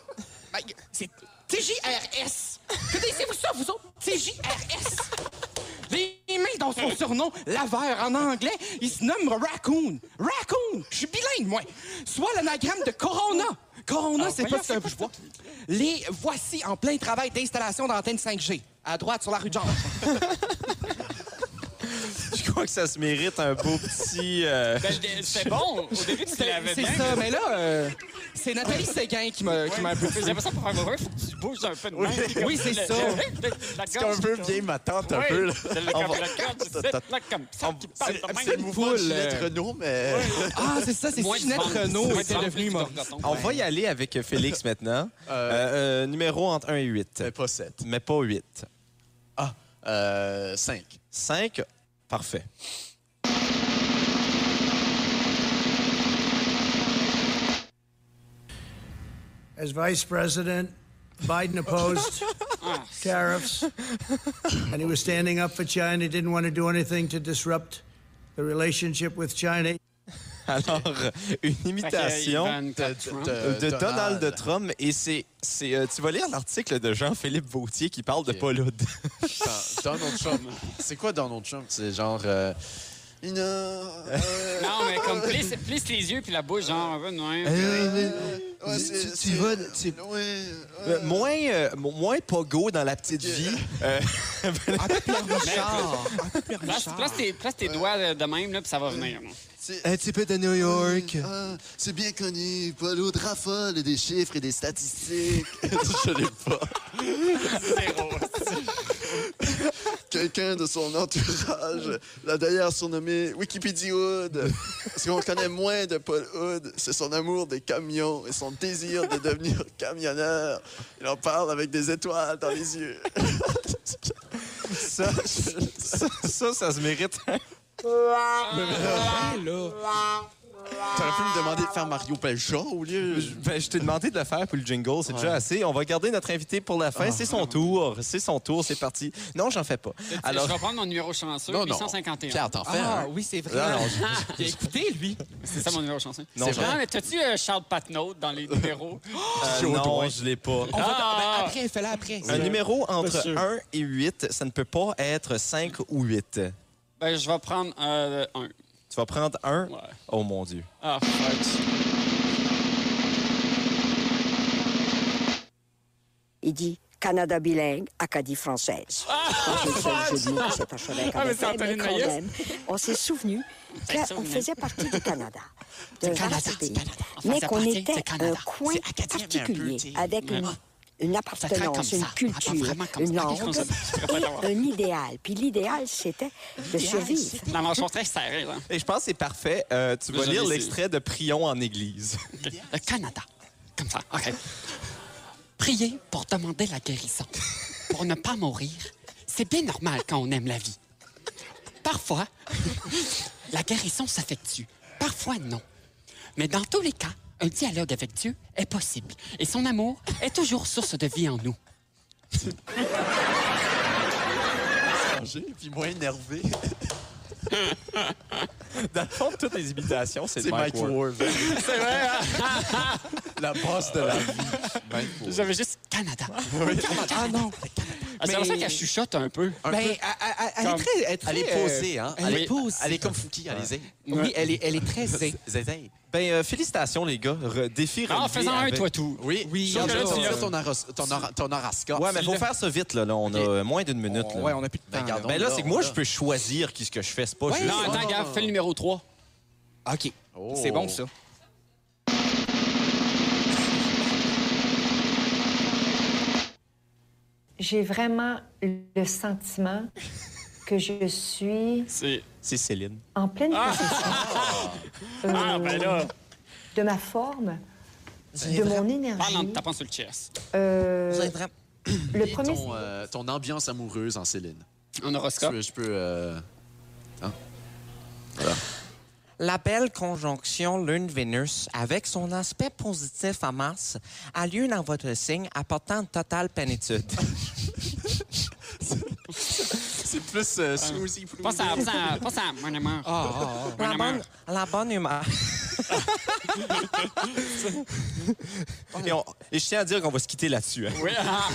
S4: Ben, C'est TJRS. Connaissez-vous ça, vous autres? TJRS. Les mains dans son surnom, laveur en anglais, il se nomme Raccoon. Raccoon! Je suis bilingue, moi. Soit l'anagramme de Corona. Corona, c'est pas ce que je vois. Les voici en plein travail d'installation d'antenne 5G, à droite sur la rue de Georges.
S1: Je crois que ça se mérite un beau petit... euh,
S5: Ben, je- C'était bon. Au début, tu te l'avais
S4: C'est
S5: bien.
S4: ça, mais là, euh, c'est Nathalie Séguin qui m'a qui m'a un peu...
S5: J'ai l'impression que pour faire mauvais, il faut que tu bouges un peu de même.
S4: Oui, c'est
S5: Le-
S4: ça.
S5: le- La
S3: C'est un
S5: gorge.
S3: peu vieille ma tante, un
S5: Oui,
S3: peu. Là.
S5: c'est le- comme
S3: On va-
S5: la gorge, tu sais, là, comme ça, qui parle de même.
S3: C'est le mouvement de
S4: poule,
S3: Ginette
S4: euh,
S3: Renault, mais...
S4: Ah, c'est ça, c'est
S5: Moins
S4: si Ginette
S5: de vente,
S4: Renault
S5: moins de
S4: était
S5: vente,
S4: devenue
S5: plus de
S4: humoriste.
S5: carton.
S1: On va y aller avec
S3: (laughs)
S1: Félix maintenant. Euh, euh, numéro entre 1 et 8.
S3: C'est pas 7.
S1: Mais pas 8.
S3: Ah, euh, 5.
S1: 5,
S3: (laughs)
S1: parfait.
S11: As vice president, Biden
S10: (laughs)
S11: opposed
S10: Ah.
S11: tariffs, and he was standing up for China, He didn't want to do anything to disrupt the relationship with China.
S1: Alors, (laughs) une imitation
S5: euh, Ivan Trump.
S3: de-
S1: de
S3: euh, Donald.
S1: Donald Trump. Et c'est. c'est, euh, tu vas lire l'article de Jean-Philippe Vautier qui parle de
S3: Ok.
S1: Paul Hood.
S3: Attends, Donald Trump. C'est quoi Donald Trump? C'est genre... euh, une... euh, (laughs)
S5: Non, mais comme plisse, plisse les yeux puis la bouche, genre un peu de même.
S3: (laughs) Euh, ouais, Ah, c'est-
S1: tu
S3: c'est- hein.
S1: vas-
S3: ouais,
S1: Euh, moins, euh, mo- moins pogo dans la petite vie.
S3: (laughs)
S1: Euh,
S4: Un peu Pierre Richard. Un peu Pierre
S5: Place,
S4: Richard.
S5: place tes, place tes doigts de, de même, là, puis ça va venir. là.
S3: c'est-
S1: un petit peu de New York.
S3: Ah, c'est bien connu, Paul Aude raffole des chiffres et des statistiques. (laughs) Je l'ai pas.
S5: Zéro.
S3: Quelqu'un de son entourage l'a d'ailleurs surnommé Wikipédia Hood. Ce qu'on connaît moins de Paul Hood, c'est son amour des camions et son désir de devenir camionneur. Il en parle avec des étoiles dans les yeux.
S1: Ça, ça, ça, ça se mérite.
S3: T'aurais pu me demander de faire Mario Pelcha au lieu.
S1: Ben, je t'ai demandé de le faire pour le jingle, c'est déjà assez. On va garder notre invité pour la fin. C'est son tour. C'est son tour, c'est parti. Non, j'en fais pas.
S5: Alors,
S1: Alors,
S5: je vais prendre mon numéro chanceux,
S3: Non, non.
S5: 851. (laughs)
S3: Pierre, t'en fais
S4: Ah
S3: un.
S4: oui, c'est vrai.
S3: Non, non,
S4: Il a écouté, lui.
S5: C'est ça mon numéro chanceux.
S1: Non,
S5: C'est
S1: j'en ai-
S5: vrai, mais t'as-tu euh, Charles Patnaud dans les numéros?
S1: euh, non, je l'ai pas.
S4: On va-
S5: Ah!
S4: ben, après, fais-la après.
S1: Un numéro entre
S5: sûr.
S1: 1 et 8, ça ne peut pas être 5 ou 8.
S5: Ben, je vais prendre euh, un.
S1: Tu vas prendre un?
S5: Ouais.
S1: Oh mon Dieu.
S5: Ah, fuck.
S12: Il dit Canada bilingue, Acadie française.
S10: Ah.
S12: Moi, j'ai fait le jeu de mots qui s'attacherait avec
S5: Ah, mais c'est
S12: un effet,
S5: Anthony
S12: mais quand
S5: Maïs.
S12: même, On s'est souvenu qu'on faisait partie du Canada. De
S10: Du Canada,
S12: vaste
S10: du
S12: pays.
S10: Canada. On
S12: Mais
S10: faisait
S12: qu'on
S10: partie
S12: était euh,
S10: du Canada.
S12: un coin
S10: C'est acadien, mais un peu,
S12: particulier,
S10: tu sais.
S12: avec une,
S10: Ouais.
S12: une
S10: Ça traite comme
S12: appartenance,
S10: ça.
S12: une
S10: Ah, pas
S12: culture,
S10: vraiment comme
S12: une
S10: (laughs) ça.
S12: langue
S10: Je préfère l'avoir.
S12: et un idéal. Puis l'idéal, c'était de survivre.
S5: La manchon très serrée, là. Ah,
S1: Et je pense que c'est parfait. Euh, tu vas
S5: Je
S1: lire
S5: l'ai, c'est-
S1: l'extrait de Prion en église. (laughs)
S5: Le Euh, Canada. Comme ça, OK. Prier pour demander la guérison, pour ne pas mourir, c'est bien normal quand on aime la vie. Parfois, la guérison s'effectue, parfois non. Mais dans tous les cas, un dialogue avec Dieu est possible et son amour est toujours source de vie en nous.
S3: Changé, puis moins énervé.
S1: Dans le fond, toutes les imitations, c'est
S3: C'est Mike Ward.
S5: C'est vrai,
S3: (laughs) La bosse de la vie.
S5: J'avais juste Canada. Ah non.
S1: Ah, c'est pour ça qu'elle
S5: chuchote un peu.
S4: Ben,
S1: Un peu. Comme- Elle est posée, hein?
S4: euh, Elle est posée.
S1: Elle est comme Fouki, allez-y.
S4: Oui, elle est, elle est très zé.
S1: Zézé. Ben, euh, félicitations, les gars. Re- Défi
S5: Ah,
S1: relevé
S5: faisons un,
S1: avec-
S5: toi, tout.
S3: Oui,
S4: Oui,
S3: Sauf que
S4: il y
S3: là,
S4: en a-
S3: tu fais ton, aros- ton, or- ton Arasca.
S1: Ouais, mais faut faire ça vite, là. là. On a euh, moins d'une minute.
S4: On-
S1: là.
S4: ouais, on a plus de
S1: Ben,
S4: temps,
S1: gardons-
S4: là.
S1: Ben là, c'est que moi,
S4: Là.
S1: je peux choisir qui ce que je fais. C'est pas juste.
S5: Non, attends, Gab, fais le numéro 3.
S4: OK.
S3: Oh.
S4: C'est bon, ça.
S13: J'ai vraiment le sentiment que je suis
S5: C'est.
S1: C'est
S4: (laughs)
S1: Céline.
S13: en pleine possession
S5: Ah, ben là.
S13: Euh, de ma forme, de mon
S5: Ah non,
S13: énergie.
S5: tapant sur le chest.
S13: Euh, le
S3: Et
S13: premier,
S3: Ton, euh, ton ambiance amoureuse en Céline.
S5: En horoscope.
S3: Je peux. Je peux euh,
S10: La belle conjonction Lune-Vénus, avec son aspect positif à Mars, a lieu dans votre signe, apportant une totale plénitude.
S3: C'est plus euh, smoothie.
S5: Pense à, pense à, pense à mon amour. Mon
S10: La
S5: amour.
S10: bonne, la bonne humeur.
S1: (laughs) Et, on- et je tiens à dire qu'on va se quitter là-dessus. hein.
S5: Oui. ah,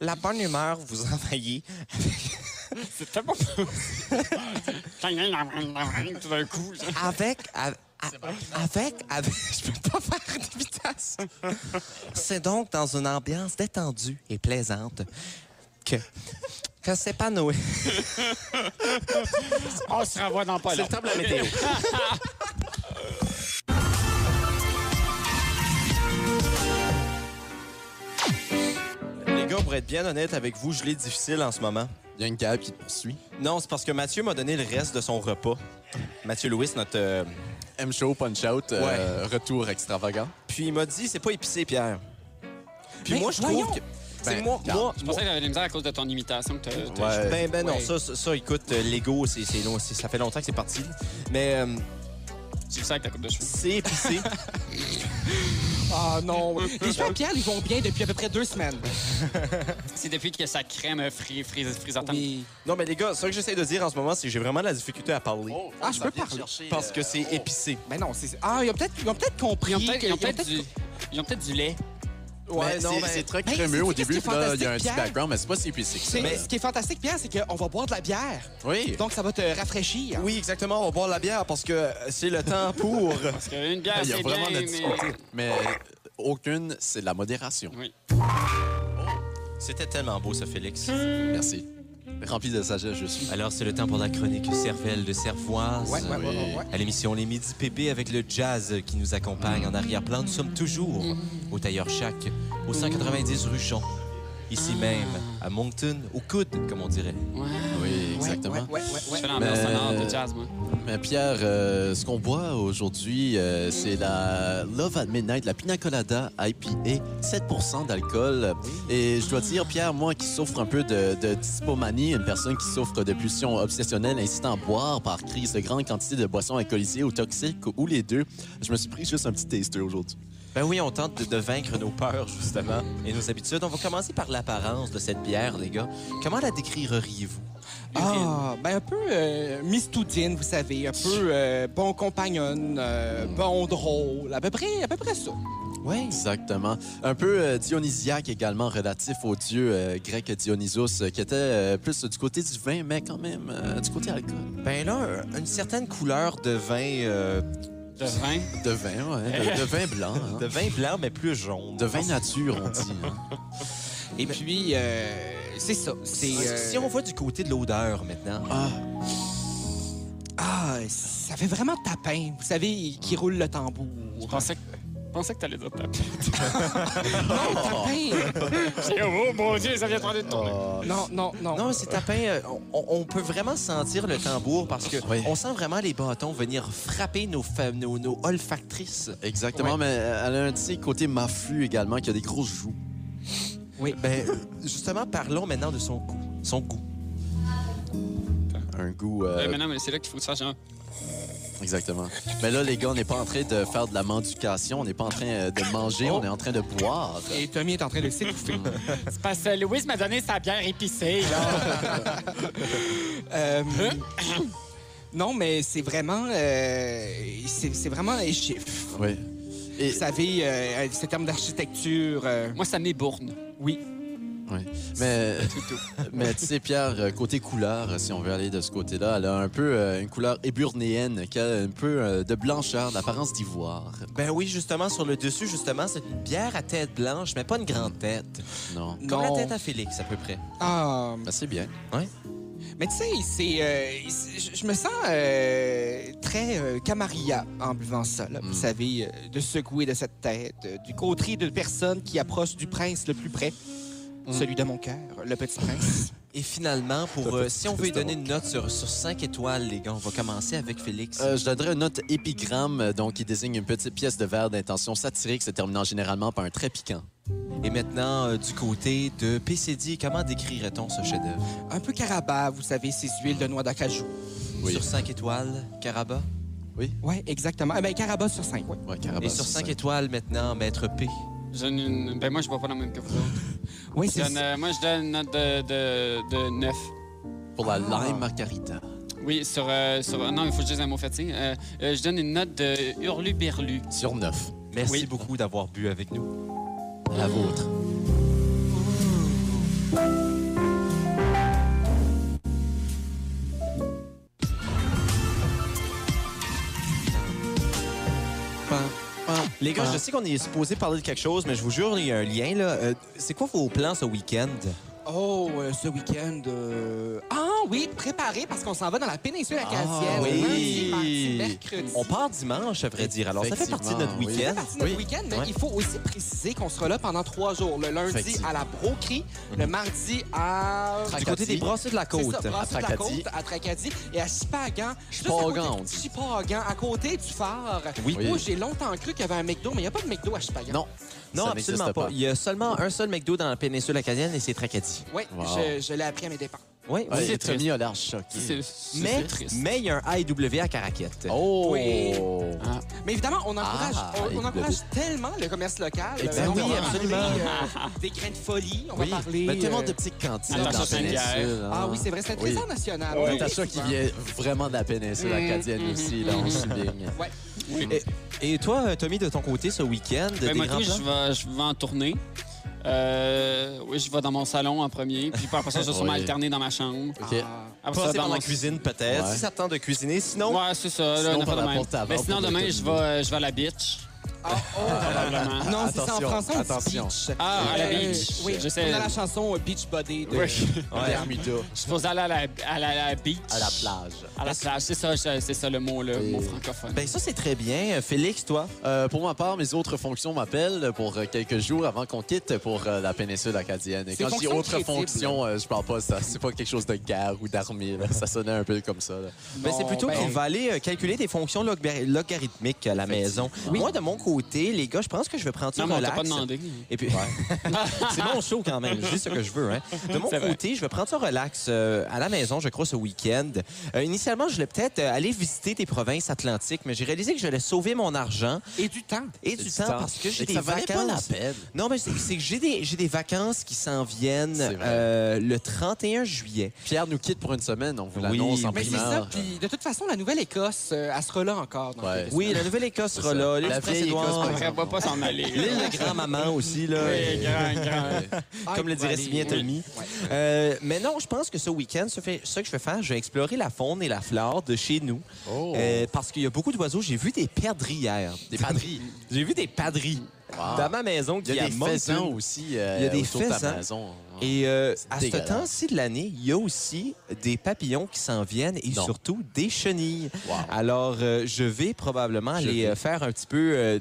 S10: La bonne humeur vous envahit.
S5: C'est tellement. Tout d'un coup. je-
S10: Avec. a- a- Avec, avec, (laughs) je peux pas faire d'imitation. C'est donc dans une ambiance détendue et plaisante que, que s'épanouit.
S5: On se revoit dans pas
S10: C'est le temps de la météo.
S1: Les gars, pour être bien honnête avec vous, je l'ai difficile en ce moment.
S3: Il y a une Gab qui te poursuit.
S1: Non, c'est parce que Mathieu m'a donné le reste de son repas. Mathieu Louis, notre. euh,
S3: M-Show, Punch-Out, euh, retour extravagant.
S1: Puis il m'a dit, c'est pas épicé, Pierre. Puis moi, je trouve que. c'est
S3: Ben,
S1: moi, moi,
S5: Je pensais que t'avais de la misère à cause de ton imitation que t'as- t'as.
S3: Ouais.
S1: Ben, ben non,
S5: Ouais.
S1: ça, ça, ça, écoute, euh, l'ego, c'est, c'est long- c'est- ça fait longtemps que c'est parti. là. Mais euh,
S5: J'ai vu ça avec ta coupe de cheveux.
S1: c'est (laughs) épicé.
S4: Ah non. (laughs) Les cheveux à Pierre, ils vont bien depuis à peu près deux semaines.
S5: C'est depuis que sa crème frise, frise, frise
S4: Oui.
S1: non, mais les gars, ce que j'essaie de dire en ce moment, c'est que j'ai vraiment de la difficulté à parler.
S4: Ah, je peux parler.
S1: parce que c'est épicé.
S4: Mais non, c'est... Ah, ils ont peut-être, ils ont peut-être compris.
S5: Ils ont peut-être
S4: que- ils ont
S5: ils ont peut-être du... ils ont peut-être du lait.
S3: Ouais, non, c'est très
S4: Ben,
S3: crémeux au
S4: sais-tu
S3: début,
S4: qu'est-ce qui
S3: puis
S4: est
S3: là, il y a
S4: fantastique,
S3: un petit
S4: Pierre?
S3: background, mais c'est pas si épicé que ça.
S4: C'est- Ce qui est fantastique, Pierre, c'est qu'on va boire de la bière.
S3: Oui.
S4: Donc, ça va te rafraîchir.
S1: Oui, exactement, on va boire la bière parce que c'est le temps pour.
S5: Parce qu'une bière,
S3: Il y a
S5: c'est
S3: vraiment
S5: bien,
S3: de
S5: mais...
S3: difficulté. Mais euh, aucune, c'est de la modération.
S5: Oui.
S1: (laughs) C'était tellement beau, ça, Félix.
S3: Merci. Rempli de sagesse, je suis.
S1: Alors, c'est le temps pour la chronique Cervelle de Cervoise.
S4: Ouais, ouais, ouais,
S3: Oui.
S4: ouais, ouais.
S1: À l'émission Les Midi PP avec le jazz qui nous accompagne en arrière-plan, nous sommes toujours au Tailleur Chac, au 190 Ruchon, ici même, à Moncton, au coude, comme on dirait.
S5: Ouais.
S3: Oui, exactement.
S4: Ouais, ouais, ouais,
S5: Je
S4: ouais.
S5: fais l'ambiance
S3: Mais-
S5: sonore de jazz, moi.
S3: Mais Pierre, euh, ce qu'on boit aujourd'hui, euh, c'est la Love at Midnight, la Pina Colada IPA, 7 d'alcool. Et je dois dire, Pierre, moi qui souffre un peu de, de dyspomanie, une personne qui souffre de pulsions obsessionnelles incitant à boire par crise de grande quantité de boissons alcoolisées ou toxiques ou les deux, je me suis pris juste un petit taster aujourd'hui.
S1: Ben oui, on tente de, de vaincre nos peurs, justement, et nos habitudes. On va commencer par l'apparence de cette bière, les gars. Comment la décririez-vous?
S4: Ah, ben un peu euh, mistoudine, vous savez, un peu euh, bon compagnon, euh, bon drôle, à peu près, à peu près ça.
S1: Oui.
S3: Exactement. Un peu euh, dionysiaque également, relatif au dieu euh, grec Dionysos, euh, qui était euh, plus du côté du vin, mais quand même euh, du côté alcool.
S1: Ben là, un- une certaine couleur de vin... euh, De
S5: vin?
S3: De vin, ouais. De, de vin blanc. hein.
S1: De vin blanc, mais plus jaune.
S3: De vin nature, on dit. (laughs) hein.
S4: Et puis, euh, c'est ça. C'est, euh,
S1: Si on va du côté de l'odeur maintenant...
S3: Ah,
S4: Ah, ça fait vraiment tapin. Vous savez, qui roule le tambour. Je
S5: pensais que, je pensais que t'allais dire tapin.
S4: tapin!
S5: C'est- oh mon Dieu, ça vient trop de tourner.
S4: Non, non, non.
S1: Non, mais c'est tapin. euh, on, on peut vraiment sentir le tambour parce que on sent vraiment les bâtons venir frapper nos, fa- nos, nos olfactrices.
S3: Exactement, mais euh, elle a un petit côté maffu également, qui a des grosses joues.
S4: Oui.
S1: Ben, justement, parlons maintenant de son goût. Son goût.
S3: Un goût. euh,
S5: Euh, mais non, mais c'est là qu'il faut que tu fasses genre.
S3: Exactement. Mais là, les gars, on n'est pas en train de faire de la mendication, on n'est pas en train euh, de manger, on est en train de boire.
S4: Et Tommy est en train de s'étouffer.
S5: (laughs) C'est parce que Louise m'a donné sa bière épicée, là.
S4: (laughs) Euh, (clears throat) non, mais c'est vraiment... euh, c'est, c'est vraiment un chiffre.
S3: Oui.
S4: Vous savez, euh, ces termes d'architecture... euh,
S5: Moi, ça m'ébourne.
S4: Oui.
S3: Oui. Mais, (laughs) mais tu sais, Pierre, euh, côté couleur, euh, si on veut aller de ce côté-là, elle a un peu euh, une couleur éburnéenne, qui a un peu euh, de blancheur, d'apparence d'ivoire.
S1: Ben oui, justement, sur le dessus, justement, c'est une bière à tête blanche, mais pas une grande tête.
S3: Non.
S1: Comme la
S4: Non.
S1: tête à Félix, à peu près.
S4: Ah,
S3: Ben, c'est bien.
S1: Ouais.
S4: mais tu sais, c'est... euh, c'est- je- je me sens euh, très euh, Camarilla en buvant ça, là. Vous savez, euh, de secouer de cette tête, euh, du côté de personne qui approche du prince le plus près, celui de mon cœur, le petit prince.
S1: Et finalement, pour, euh, si on veut lui donner une note sur, sur 5 étoiles, les gars, on va commencer avec Félix.
S3: Euh, je donnerais une note épigramme, euh, donc qui désigne une petite pièce de verre d'intention satirique se terminant généralement par un trait piquant.
S1: Et maintenant, euh, du côté de PCD, comment décrirait-on ce chef-d'œuvre?
S4: Un peu Caraba, vous savez, ces huiles de noix d'acajou.
S3: Oui.
S1: Sur 5 étoiles, Caraba.
S4: Oui, exactement. Ah, ben, Caraba sur 5, oui.
S3: Ouais, Carabas,
S1: Et sur 5
S3: Ah bah, c'est-
S1: étoiles maintenant, Maître P.
S5: Je donne une- Ben, moi, je bois pas la même que vous autres.
S4: Oui,
S5: Je
S4: c'est
S5: donne, euh, moi, je donne une note de, de, de 9.
S3: Pour la lime margarita.
S5: Oui, sur. euh, sur... Non, il faut que je dise un mot fatigué. Euh, euh, je donne une note de hurlu-berlu.
S3: Sur 9.
S1: Merci
S5: Oui.
S1: beaucoup d'avoir bu avec nous.
S3: La vôtre.
S1: Les gars,
S3: Ah.
S1: je sais qu'on est supposé parler de quelque chose, mais je vous jure, il y a un lien. là. Euh, c'est quoi vos plans ce week-end?
S4: Oh, euh, ce week-end. euh, Ah oui, préparé parce qu'on s'en va dans la péninsule acadienne. Lundi, mardi, mercredi.
S1: On part dimanche, à vrai dire. Alors, ça fait partie de notre
S3: Effectivement, oui.
S1: week-end.
S4: Ça fait partie de notre
S1: Oui.
S4: week-end, mais
S1: Ouais.
S4: il faut aussi préciser qu'on sera là pendant trois jours. Le lundi
S3: Effectivement.
S4: à la Broquerie, le mardi à...
S1: Du côté des brasses de la
S4: C'est
S1: côte.
S4: ça, Brasserie de la
S3: Tracadie.
S4: Côte, à Tracadie et à Chipagan. juste à
S3: Chipagan,
S4: côté-
S3: on dit.
S4: Chipagan, à côté du phare.
S1: Oui.
S4: Moi, j'ai longtemps cru qu'il y avait un McDo, mais il n'y a pas de McDo à Chipagan.
S3: Non.
S1: Non,
S3: ça
S1: absolument
S3: n'existe
S1: pas.
S3: pas.
S1: Il y a seulement un seul McDo dans la péninsule acadienne et c'est Tracadie.
S4: Oui,
S3: Wow.
S4: je, je l'ai appris à mes dépens.
S1: Oui,
S3: Ouais,
S1: oui.
S3: il est
S5: triste.
S3: remis au large choqué.
S5: C'est c'est-
S1: Mais,
S5: c'est triste.
S1: mais il y a un IW à Caraquette.
S3: Oh!
S4: Oui. Mais évidemment, on encourage,
S3: Ah,
S4: on, on
S3: et
S4: encourage tellement le commerce local.
S1: Et ben
S4: on
S1: oui,
S4: va parler,
S1: absolument. Ben,
S4: euh, des grains de folie, on
S3: Oui,
S4: va parler.
S3: mais tellement
S4: euh,
S3: de petites cantines dans
S5: Attention,
S3: la
S5: Saint-Pierre.
S3: péninsule. hein.
S4: Ah oui, c'est vrai, c'est un
S3: Oui.
S4: trésor national.
S5: Oui.
S4: On le dit
S3: Natacha qui
S4: souvent.
S3: vient vraiment de la péninsule acadienne aussi, là, on souligne.
S4: Ouais.
S1: Et, et toi, euh, Tommy, de ton côté, ce week-end,
S5: Ben,
S1: des
S5: moi,
S1: grands
S5: tout,
S1: plans?
S5: je vais, je vais en tournée. Euh, oui, je vais dans mon salon en premier. Puis après ça, je vais sûrement
S3: Oui.
S5: alterner dans ma chambre.
S3: OK.
S5: Après
S1: Passer
S5: ça, dans
S1: par
S5: mon...
S1: la cuisine, peut-être.
S3: Ouais.
S1: Si ça te tente de cuisiner, sinon...
S5: Ouais, c'est ça.
S3: Sinon,
S5: Là, une
S3: par
S5: affaire de
S3: la
S5: même.
S3: porte avant
S5: Mais sinon,
S3: pour le
S5: demain, je
S3: terminer.
S5: vais, euh, je vais à la bitch.
S4: Ah, oh.
S5: Probablement.
S4: Non, c'est ça en
S3: Attention,
S4: français, on dit
S3: attention.
S4: beach.
S5: Ah, à la
S4: Euh,
S5: beach.
S4: Oui,
S5: Je sais.
S4: On a la chanson euh, Beach Body de.
S1: Ouais.
S5: (laughs) Je suppose aller à la, à la, à la beach.
S3: À la plage.
S5: À la plage, c'est ça, je- c'est ça le mot, le
S3: Oui.
S5: mot francophone.
S1: Ben ça, c'est très bien. Euh, Félix, toi?
S3: Euh, pour ma part, mes autres fonctions m'appellent pour euh, quelques jours avant qu'on quitte pour euh, la péninsule acadienne. Et
S4: Ces
S3: quand je dis
S4: fonctions
S3: autres
S4: crédibles.
S3: fonctions, euh, je parle pas ça. C'est pas quelque chose de guerre ou d'armée. là. Ça sonnait un peu comme ça. là.
S1: Ben, c'est
S4: Non,
S1: plutôt
S4: ben-
S1: qu'on va aller euh, calculer des fonctions logba- logarithmiques à la maison. Moi, de mon côté, les gars, je pense que je vais prendre ça
S5: non, mais on t'a
S1: relax.
S5: pas demandé.
S1: Et puis, (laughs) c'est mon show quand même. Je dis ce que je veux. Hein.
S5: (laughs)
S1: De mon
S5: C'est vrai.
S1: côté, je vais prendre ça relax euh, à la maison, je crois, ce week-end. Euh, initialement, je voulais peut-être euh, aller visiter des provinces atlantiques, mais j'ai réalisé que j'allais sauver mon argent
S4: Et du temps.
S1: et du, temps, parce que j'ai
S3: Et
S1: des
S3: ça valait
S1: vacances.
S3: pas la peine.
S1: Non, mais c'est c'est que j'ai des, j'ai des vacances qui s'en viennent
S3: C'est vrai.
S1: euh, le 31 juillet.
S3: Pierre nous quitte pour une semaine. On vous
S1: Oui,
S3: l'annonce en
S1: mais
S4: Mais c'est
S3: primeur.
S4: ça. Puis de toute façon, la Nouvelle-Écosse, euh, elle sera là encore. Dans
S3: Ouais.
S4: quelques
S1: Oui,
S4: semaines.
S1: la Nouvelle-Écosse
S3: C'est
S1: sera
S3: ça.
S1: là.
S3: La vieille
S1: soir.
S5: Ah, On ne va pas s'en aller.
S1: L'île
S10: (laughs)
S1: de grand-maman aussi. Là, Euh,
S5: Oui, grand, grand.
S1: Comme le dirait si bien
S5: Oui.
S1: Tommy. Euh, mais non, je pense que ce week-end, ce, fait- ce que je vais faire, je vais explorer la faune et la flore de chez nous.
S10: Oh.
S1: Euh, parce qu'il y a beaucoup d'oiseaux. J'ai vu des perdrix hier. Des padrilles. (laughs) J'ai vu des padrilles. Dans ma maison, qui
S10: Il y a
S1: est à
S10: des
S1: Moncton.
S10: faisans aussi, euh,
S1: Il y a des
S10: autour de ta
S1: faisans.
S10: maison.
S1: Et euh, à ce
S10: dégueulasse.
S1: temps-ci de l'année, il y a aussi des papillons qui s'en viennent et
S10: Non.
S1: surtout des chenilles. Alors, euh, je vais probablement aller euh, faire un petit peu. euh,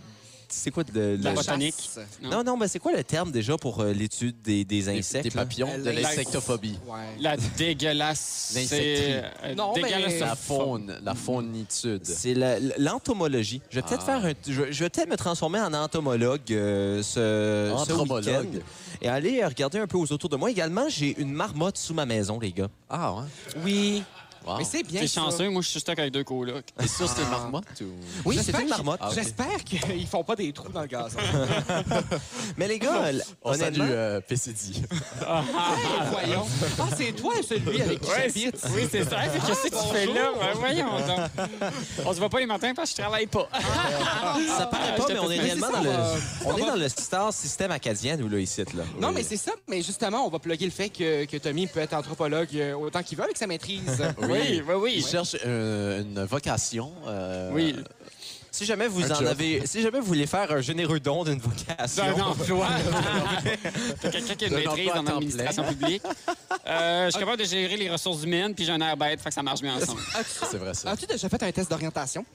S1: c'est quoi de, le-
S5: La
S1: le-
S5: botanique.
S1: Non, non, mais c'est quoi le terme déjà pour euh, l'étude des, des insectes?
S10: des
S1: là?
S10: papillons, de l'insectophobie.
S5: La dégueulasse.
S10: L'insecterie.
S5: Non, dégueulasse.
S10: La faune, la faunitude.
S1: C'est la- l'entomologie. Je vais peut-être
S10: Ah.
S1: faire un, je, je vais peut-être me transformer en entomologue euh, ce, ce
S10: Anthropologue.
S1: week-end et aller euh, regarder un peu aux autour de moi. Également, j'ai une marmotte sous ma maison, les gars.
S10: Ah, ouais.
S1: Oui.
S5: Mais c'est bien. T'es
S1: ça.
S5: chanceux, moi je suis stuck avec deux colocs.
S10: Et ça,
S4: Ah.
S10: c'était une marmotte ou.
S1: Oui,
S4: J'espère
S1: c'est une
S4: qu'ils-
S1: marmotte.
S4: J'espère qu'ils font pas des trous dans le gazon.
S1: Mais les gars, euh,
S10: On salue
S1: honnêtement,
S10: euh, PCD.
S4: Hey, voyons. Ah, c'est toi, celui avec qui
S5: Ouais,
S4: j'habite.
S5: c'est- oui, c'est ça. (laughs) Fait que Qu'est-ce que tu fais là? Ben, voyons donc. (laughs) On se voit pas les matins parce que je travaille pas.
S1: ça
S10: Ah,
S1: paraît pas, mais on est réellement dans le, on
S4: on
S1: est
S4: va-
S1: dans le star système acadien, nous, là, ici, là.
S4: Non, mais c'est ça. Mais justement, on va plugger le fait que, que Tommy peut être anthropologue euh, autant qu'il veut avec sa maîtrise.
S5: Oui, oui, oui.
S10: Il cherche euh, une vocation. euh,
S5: Oui.
S1: Si jamais vous
S10: Un
S1: en
S10: job.
S1: avez, si jamais vous voulez faire un généreux don d'une
S5: C'est un
S10: Ben
S1: vocation,
S5: (laughs) emploi. T'as quelqu'un qui a une
S10: Un emploi
S5: maîtrise
S10: à
S5: en
S10: temps
S5: administration publique. Euh, je suis capable de gérer les ressources humaines, puis j'ai un air bête, fait que ça marche bien ensemble.
S10: (laughs) C'est vrai, ça.
S4: As-tu déjà fait un test d'orientation?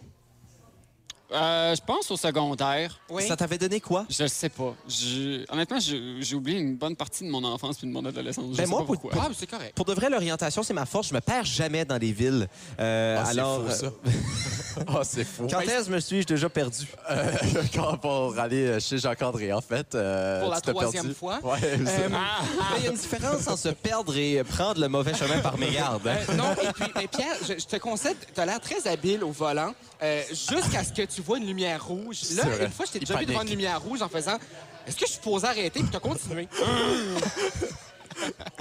S5: Euh, je pense au secondaire.
S4: Oui.
S1: ça t'avait donné quoi?
S5: Je sais pas. Je- Honnêtement, je- j'ai oublié une bonne partie de mon enfance puis de mon adolescence. Je
S1: Ben,
S5: sais
S1: moi,
S5: pas
S1: pour-
S5: pourquoi.
S4: Ah, mais c'est correct.
S1: Pour de vrai, l'orientation, c'est ma force. Je me perds jamais dans les villes. Euh,
S10: Ah, c'est
S1: alors,
S10: faux, ça.
S1: euh,
S10: (laughs) Ah, c'est faux.
S1: quand est-ce me suis-je déjà perdu?
S10: Euh, (laughs) quand pour aller chez Jacques-André, en fait. euh,
S4: Pour la
S10: tu t'as
S4: troisième
S10: perdu.
S4: fois.
S10: Ouais, ça.
S5: Ah!
S1: Mais Il y a une différence entre se perdre et prendre le mauvais chemin par mégarde. hein.
S4: Euh, non, et puis, mais Pierre, je, je te concède, t'as l'air très habile au volant euh, jusqu'à ce que tu vois une lumière rouge. Là,
S10: C'est vrai.
S4: une fois, je t'ai
S10: Il
S4: déjà vu devant une
S10: panique.
S4: lumière rouge en faisant Est-ce que je suis posé arrêter puis t'as continué?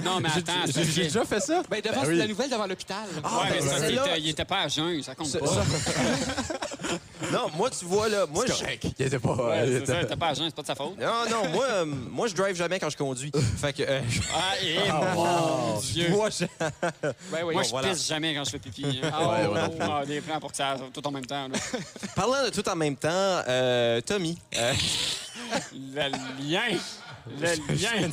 S5: Non, mais
S1: Ah,
S5: attends, ça,
S10: J'ai
S5: c'est-
S10: déjà fait ça?
S4: ben, devant,
S10: Ben
S4: c'est
S10: oui.
S4: la nouvelle devant l'hôpital.
S5: Ouais, mais ça, il
S1: celle-là-
S5: était- il était pas à jeun, ça compte
S1: Ce-
S5: pas.
S1: ce- non, moi, tu vois, là, moi, je...
S10: Correct. Il était pas. il
S5: Ouais, c'est
S10: était-
S5: ça, il était pas à jeun, c'est pas de sa faute.
S1: Non, non, moi, euh, moi, je drive jamais quand je conduis. Fait que, (laughs) euh,
S5: Ah, et mon Dieu. Ben,
S1: moi, je-
S4: Ouais, ouais.
S5: Moi, je
S1: Oh, voilà.
S5: pisse jamais quand je fais pipi. hein.
S10: ouais,
S5: Oh,
S10: non
S5: oh, ah, des plans pour que ça tout en même temps. là.
S1: Parlant de tout en même temps, euh, Tommy, euh,
S5: Le lien. Le lien.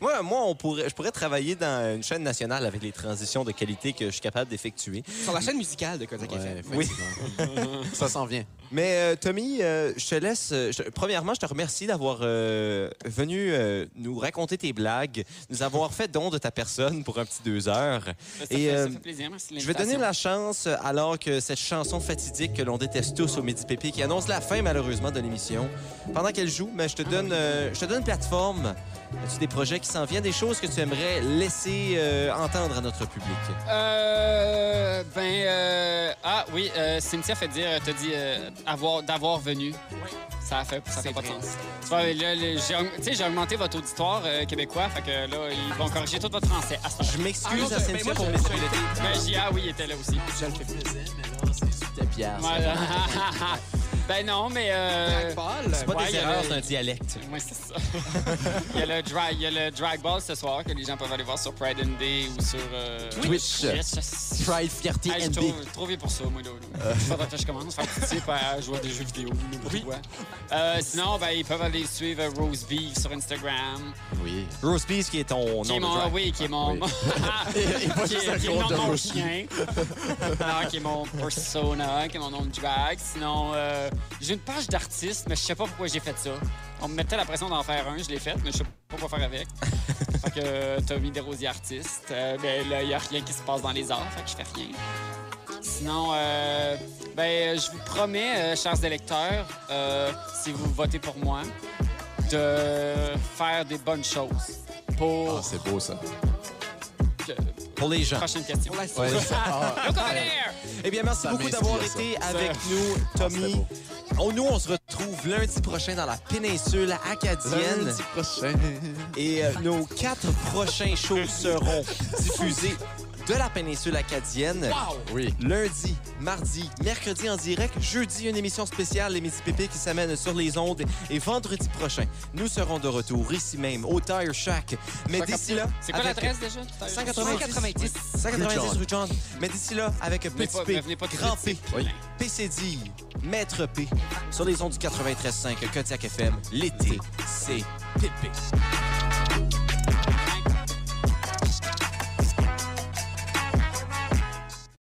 S1: moi, moi on pourrait, je pourrais travailler dans une chaîne nationale avec les transitions de qualité que je suis capable d'effectuer.
S4: Sur la chaîne musicale de Kodak
S10: Ouais,
S4: FM.
S10: effectivement. ça s'en vient.
S1: Mais euh, Tommy, euh, je te laisse. euh, je- premièrement, je te remercie d'avoir euh, venu euh, nous raconter tes blagues, nous avoir fait don de ta personne pour un petit deux heures.
S5: Ça,
S1: Et,
S5: fait, ça
S1: euh,
S5: fait plaisir, merci de
S1: Je vais donner
S5: l'invitation.
S1: la chance, euh, alors que cette chanson fatidique que l'on déteste tous au Midi Pépé, qui annonce la fin malheureusement de l'émission, pendant qu'elle joue, mais je te donne, euh, je te donne une plateforme. As-tu des projets qui s'en viennent, des choses que tu aimerais laisser euh, entendre à notre public?
S5: Euh, ben, euh, ah oui, euh, Cynthia fait dire, te dit euh, avoir, d'avoir venu. Ça fait, ça fait pas de
S4: vrai.
S5: sens. Tu vois, là, le- j'ai aug- tu sais, j'ai augmenté votre auditoire euh, québécois, fait que là, ils vont corriger tout votre français. À ce
S1: Je
S4: non,
S1: m'excuse à
S4: ben, moi,
S1: Cynthia
S4: je-
S1: pour mes habilités.
S5: Mais j'y- ah oui, il était là aussi.
S4: Je le fais plus.
S5: Voilà. (laughs) ben non, mais. Euh,
S4: Dragball,
S1: C'est pas
S5: Ouais, il
S1: des
S5: y a
S1: erreurs,
S5: le-
S1: c'est un dialecte.
S5: ouais, c'est ça. il, y a le drag, il y a le drag ball ce soir que les gens peuvent aller voir sur Pride and Day ou sur euh,
S10: Twitch. Pride, Euh. fierté,
S5: Hey, je
S10: NB.
S5: trouve, trop vieux pour ça, moi, là. là. Faudrait que je commence à faire participer à jouer à des jeux vidéo. Oui. Euh, sinon, ben, ils peuvent aller suivre Rose Beef sur Instagram.
S10: Oui.
S1: Rose Peace, qui est ton
S5: Qui
S1: nom
S5: est
S1: de
S5: mon...
S1: drag.
S5: Oui, qui est mon...
S1: (laughs)
S10: Oui.
S5: qui
S10: juste un
S5: est, qui est le nom
S10: gros
S5: de mon
S10: dos.
S5: chien. non, qui est mon persona, qui est mon nom de drag. Sinon, euh, j'ai une page d'artiste, mais je sais pas pourquoi j'ai fait ça. On me mettait la pression d'en faire un, je l'ai fait, mais je sais pas quoi faire
S1: (laughs)
S5: avec. fait que euh, Tommy Desrosiers artiste. Euh, ben là, il y a rien qui se passe dans les arts, fait que je fais rien. Sinon, euh, ben, je vous promets, euh, chers électeurs, euh, si vous votez pour moi, de faire des bonnes choses
S10: Ah,
S5: pour
S10: c'est beau, ça.
S1: Pour les gens.
S5: Prochaine question.
S10: Ouais, Ah, ça-
S5: Look over there!
S1: Eh bien, merci
S10: Ça
S1: beaucoup
S10: m'inspire,
S1: d'avoir
S10: ça.
S1: été avec nous,
S10: c'était
S1: Tommy.
S10: beau.
S1: On- nous, on se retrouve lundi prochain dans la péninsule acadienne.
S10: Lundi prochain.
S1: Et euh, nos quatre prochains shows seront diffusés de la péninsule acadienne.
S14: Oui.
S1: Lundi, mardi, mercredi en direct, jeudi une émission spéciale Les Midi Pépé qui s'amène sur les ondes et vendredi prochain, nous serons de retour ici même au Tire Shack. Mais d'ici là,
S5: C'est quoi
S1: avec-
S5: l'adresse déjà?
S1: 190. 190 rue John. Mais d'ici là, avec
S5: Venez
S1: petit
S5: pas-
S1: P,
S5: venez pas tout
S1: grand P,
S5: de suite.
S1: PCD, Maître P, sur les ondes du 93.5 Kodiak FM, l'été, c'est pépé.